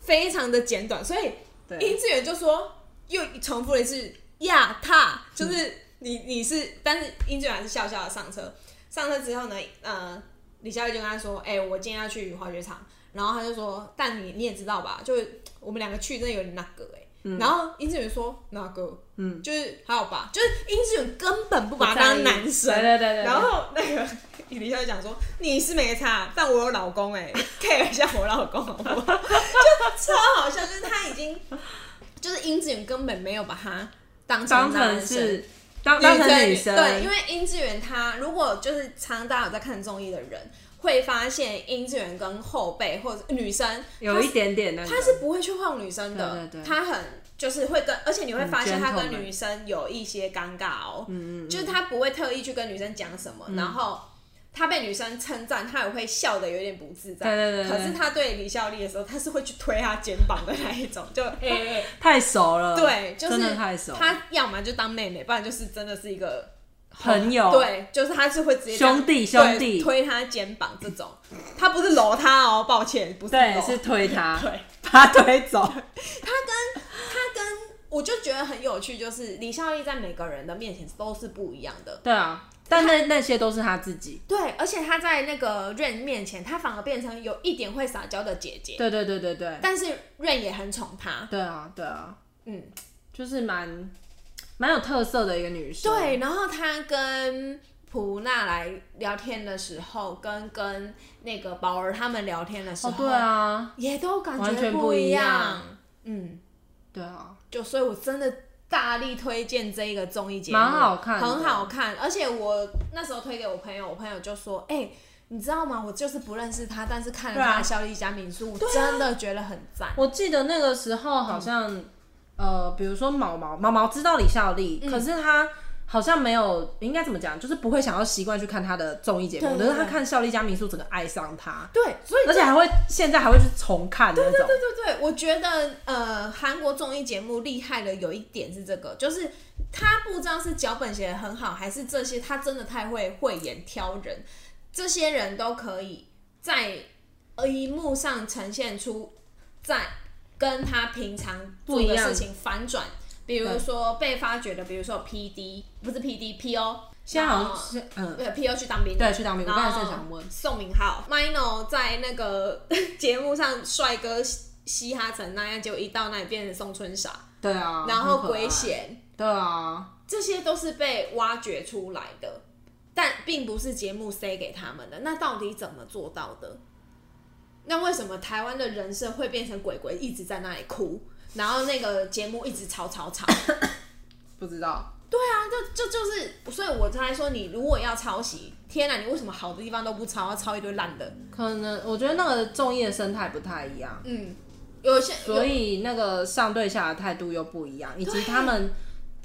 非常的简短，所以
对
殷志源就说又重复了一次亚踏，就是
嗯
你你是，但是殷志源还是笑笑的上车。上车之后呢，呃，李佳玉就跟他说：“哎、我今天要去滑雪场。”然后他就说：“但你你也知道吧，就是我们两个去真的有点那个哎、然后殷志源说：“那个，
嗯，
就是还好吧，就是殷志源根本不把他
不
当
在意
男生，
对对对对对
然后那个李佳玉讲说：“你是没差，但我有老公哎、care <laughs> 一下我老公好 <laughs> 不好？”超好笑，就是他已经，就是殷志源根本没有把他当
当
成
成
是
是当当成女生，
对，因为殷志源他如果就是常大家有在看综艺的人，会发现殷志源跟后辈或者女生，
有一点点那个，
他是不会去晃女生的，
对对对
他很就是会跟，而且你会发现他跟
很 gentleman
女生有一些尴尬哦，
嗯嗯嗯
就是他不会特意去跟女生讲什么，然后。他被女生称赞，他也会笑的有点不自在。
对对对对
可是他对李孝利的时候，他是会去推他肩膀的那一种，
<laughs>
就哎哎、欸
太熟了，
对，就是
真的太熟，
他要么就当妹妹，不然就是真的是一个
朋友
对，就是他是会直接这样
兄弟
对
兄弟
推他肩膀这种，他不是搂他哦，抱歉，不是
对
搂。
是推他，
对，
把他推走， <laughs>
他跟我就觉得很有趣，就是李孝利在每个人的面前都是不一样的。
对啊，但那那些都是他自己，
对，而且他在那个 Rain 面前，他反而变成有一点会撒娇的姐姐，
对对对对对，
但是 Rain 也很宠他。
对啊对啊，
嗯，
就是蛮蛮有特色的一个女生，
对，然后他跟普娜来聊天的时候，跟跟那个宝儿他们聊天的时
哦
候，
对，啊
也都感
完
觉
全不
一
一
样
样。
嗯，
对啊，
就所以，我真的大力推荐这一个综艺节目，
蛮好看的
很好看。而且我那时候推给我朋友，我朋友就说：“哎、你知道吗？我就是不认识他，但是看了
对啊
他的《肖丽家民宿》真的觉得很赞。
我记得那个时候好像、
嗯
呃，比如说毛毛毛毛知道李孝利，可是他。好像没有，应该怎么讲，就是不会想要习惯去看他的综艺节目，
对
可
对
是他
对
看《孝利家民宿》，整个爱上他，
对，所以
而且还会现在还会去重看那种。
对对对，我觉得呃，韩国综艺节目厉害的有一点是这个，就是他不知道是脚本写的很好，还是这些他真的太会慧眼挑人，这些人都可以在荧幕上呈现出在跟他平常做
不一
的
样
事情反转，比如说被发掘的，比如说有 P D 不是 P D P O，
现在好像是嗯，
对 P O 去当兵的，
对，去当兵。我刚才正想问，
宋明浩，Mino 在那个 <laughs> 节目上帅哥嘻嘻哈成那样，结果一到那里变成宋春傻，
对啊，
然后
很可爱
鬼，贤，
对啊，
这些都是被挖掘出来的，但并不是节目塞给他们的。那到底怎么做到的？那为什么台湾的人设会变成鬼鬼一直在那里哭，然后那个节目一直吵吵吵？
不知道，
对啊，这这就是，所以我才说你如果要抄袭，天哪，你为什么好的地方都不抄，要抄一堆烂的？
可能我觉得那个综艺的生态不太一样，
嗯，有些有
所以那个上对下的态度又不一样，以及他们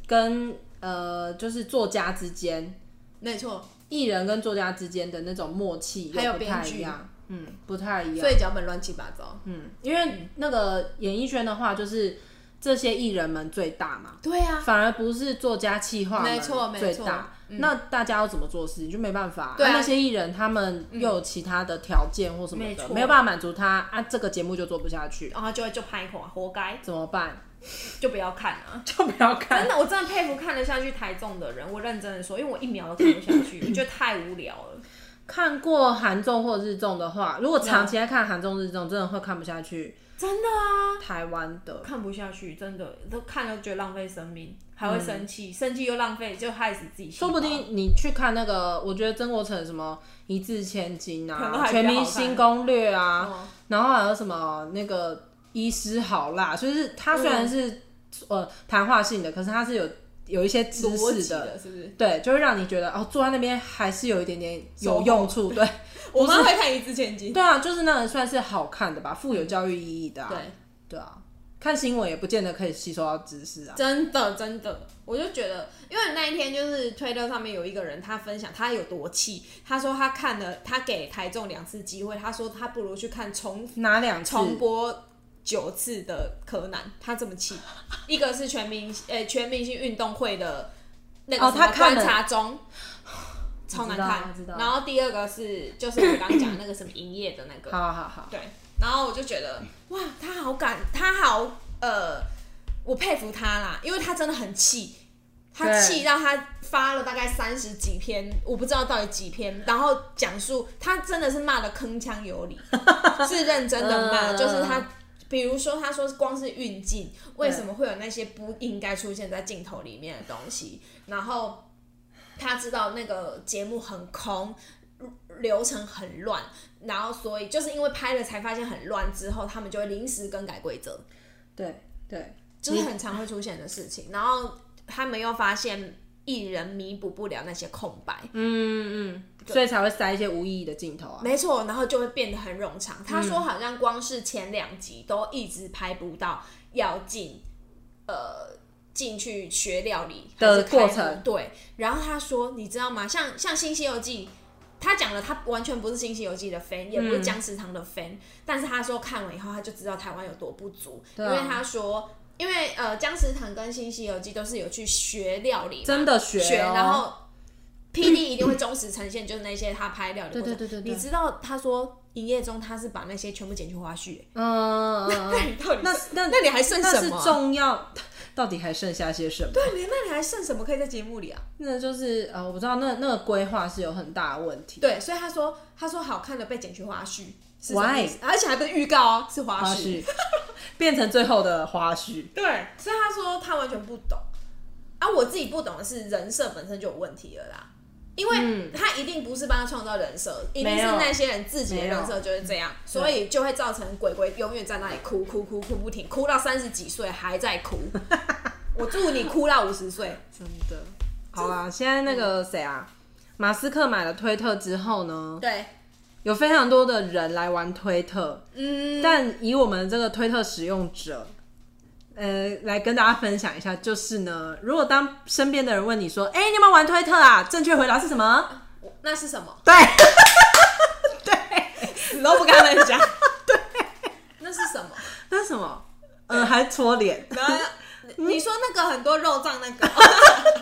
跟呃就是作家之间，
没错，
艺人跟作家之间的那种默契
还有
又不太
编剧
一样，嗯，不太一样
所。以脚本乱七八糟。
嗯，因为那个演艺圈的话，就是这些艺人们最大嘛，
对啊，
反而不是作家企划们
没错没
最
错嗯
大。那大家要怎么做事，你就没办法。
对啊嗯
那些艺人他们又有其他的条件或什么
没
的，
错哦
没有办法满足他啊，这个节目就做不下去，
然后就会就拍垮，活该，
怎么办？ <laughs>
就不要看啊！
就不要
真
看。
的，我真的佩服看得下去台中的人，我认真的说，因为我一秒都看不下去，我觉得太无聊了。
看过韩综或日综的话，如果长
嗯
期在看韩综、日综，真的会看不下去
真的啊，
台湾的。
看不下去，真的都看了觉得浪费生命，还会生气，生气又浪费，就害死自己。
说不定你去看那个，我觉得曾国成什么一掷千金
可能
啊，
还比较好看
全明星攻略啊，
哦
然后还有什么那个医师好辣，就是它虽然是、
嗯
呃谈话性的，可是它是有有一些知
逻
识
辑
的，
的，是不是？
对，就会让你觉得哦，坐在那边还是有一点点有用处，对， <laughs>
我妈会看《一掷千金》，
对啊，就是那个算是好看的吧，富有教育意义的、啊，
嗯对，
对啊，看新闻也不见得可以吸收到知识啊，
真的真的，我就觉得，因为那一天就是推特上面有一个人，他分享他有多气，他说他看了，他给台中两次机会，他说他不如去看重
哪两次？
重播九次的柯南，他这么气。一个是全明呃、全明星运动会的那个
哦
什么
他看
观
了
察中，超难看
我知道我知。道
然后第二个是就是我刚刚讲的那个什么营业的那个，
好好好，
对，然后我就觉得哇，他好敢，他好呃，我佩服他啦，因为他真的很气，他
对
气到他发了大概三十几篇，我不知道到底几篇，然后讲述他真的是骂的铿锵有理，是认真的骂，
嗯
就是他。比如说，他说光是运镜，为什么会有那些不应该出现在镜头里面的东西？然后他知道那个节目很空，流程很乱，然后所以就是因为拍了才发现很乱，之后他们就会临时更改规则，
对对，
就是很常会出现的事情。然后他们又发现艺人弥补不了那些空白，
嗯嗯，所以才会塞一些无意义的镜头啊。
没错，然后就会变得很冗长。他说好像光是前两集都一直拍不到要进，呃。进去学料理
的
还是开
过
幕
程
对。然后他说，你知道吗？像像《新西游记》，他讲了，他完全不是《新西游记》的 fan，也不是姜食堂的 fan，、但是他说看完以后，他就知道台湾有多不足，
对啊
因为他说，因为呃，姜食堂跟《新西游记》都是有去学料理嘛，
真的学哦
学，然后 P D 一定会忠实呈现，就是那些他拍料理
对
过程。
对对对对
你知道他说营业中他是把那些全部剪去花絮、欸，
嗯，嗯
<laughs> 那
嗯
你到底
那那
那你还剩
那
什
是
么啊？
重要，到底还剩下些什么？
对，你那你还剩什么可以在节目里啊？
那就是呃，我不知道那那个规划是有很大的问题。
对，所以他说他说好看的被剪去花絮是什么
Why？
意思而且还不是预告哦，是花
花
絮。
絮变成最后的花絮，
对，所以他说他完全不懂啊，我自己不懂的是人设本身就有问题了啦，因为他一定不是帮他创造人设，一定
嗯没
是
有
那些人自己的
没有嗯
人设就是这样，所以就会造成鬼鬼永远在那里哭哭哭哭不停，哭到三十几岁还在
<laughs>
哭。我祝你哭到五十岁，
真的。好啦，现在那
嗯
个谁啊，马斯克买了推特之后呢，
对，
有非常多的人来玩推特，
嗯，
但以我们这个推特使用者，呃，来跟大家分享一下，就是呢，如果当身边的人问你说：“哎、你有没有玩推特啊？”正确回答是什么？
那是什么？
<laughs> 对，
死都不跟他们讲，对，那是什么？
<laughs> 那是什么？嗯，还搓脸，
然后你你说那个很多肉胀
<laughs>
那个，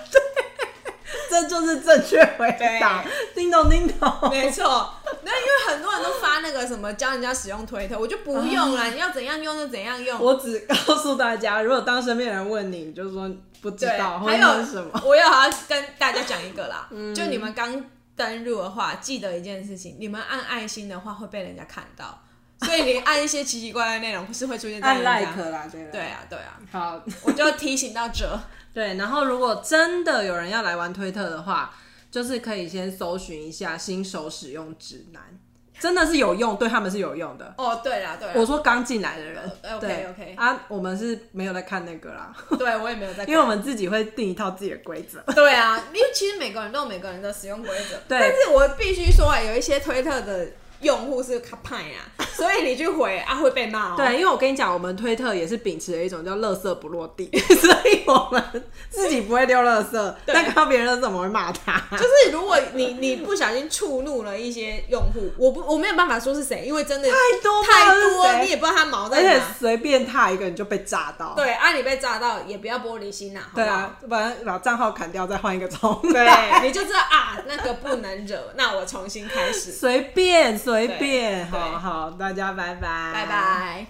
<laughs>
这就是正确回答。叮咚叮咚，
<laughs> 没错，那因为很多人都发那个什么教人家使用推特，我就不用了，你要怎样用就怎样用。
啊我只告诉大家，如果当身边人问你，你就说不知
对，
道，
还
或者
有
是什么？？嗯
我有好要跟大家讲一
<laughs>
个啦，就你们刚登入的话，记得一件事情，你们按爱心的话会被人家看到，所以你按一些奇奇怪怪的内容是会出现在
按
人家。
like 啦，对啦
对，啊，对啊，
好，
我就提醒到这。
对，然后如果真的有人要来玩推特的话，就是可以先搜寻一下新手使用指南，真的是有用，对他们是有用的。
哦，对啦，对
我
啦，
说刚进来的人
呃，OK，
对
OK
啊，我们是没有在看那个啦， <laughs>
对我也没有在
因为我们自己会定一套自己的规则。
<laughs> 对啊，因为其实每个人都有每个人的使用规则，
对
但是我必须说、啊，有一些推特的用户是卡派啊，
<laughs>
所以你去回啊会被骂哦。，
对，因为我跟你讲，我们推特也是秉持了一种叫“垃圾不落地”， <laughs> 所以我们自己不会丢垃圾，但看到别人垃圾我们会骂
<laughs>
他。
就是如果你你不小心触怒了一些用户，我不我没有办法说是谁，因为真的
太多了
太多，
是谁
你也不知道他毛
而
在
且
哪。
随便踏一个你就被炸到。
啊对啊，你被炸到也不要玻璃心呐、好不
对
好
啊，把把账号砍掉，再换一个重来。
对，你就知道啊，那个不能惹，那我重新开始，
随便随
对
便，
对
啊好好，大家拜拜，
拜。拜。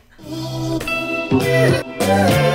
Thank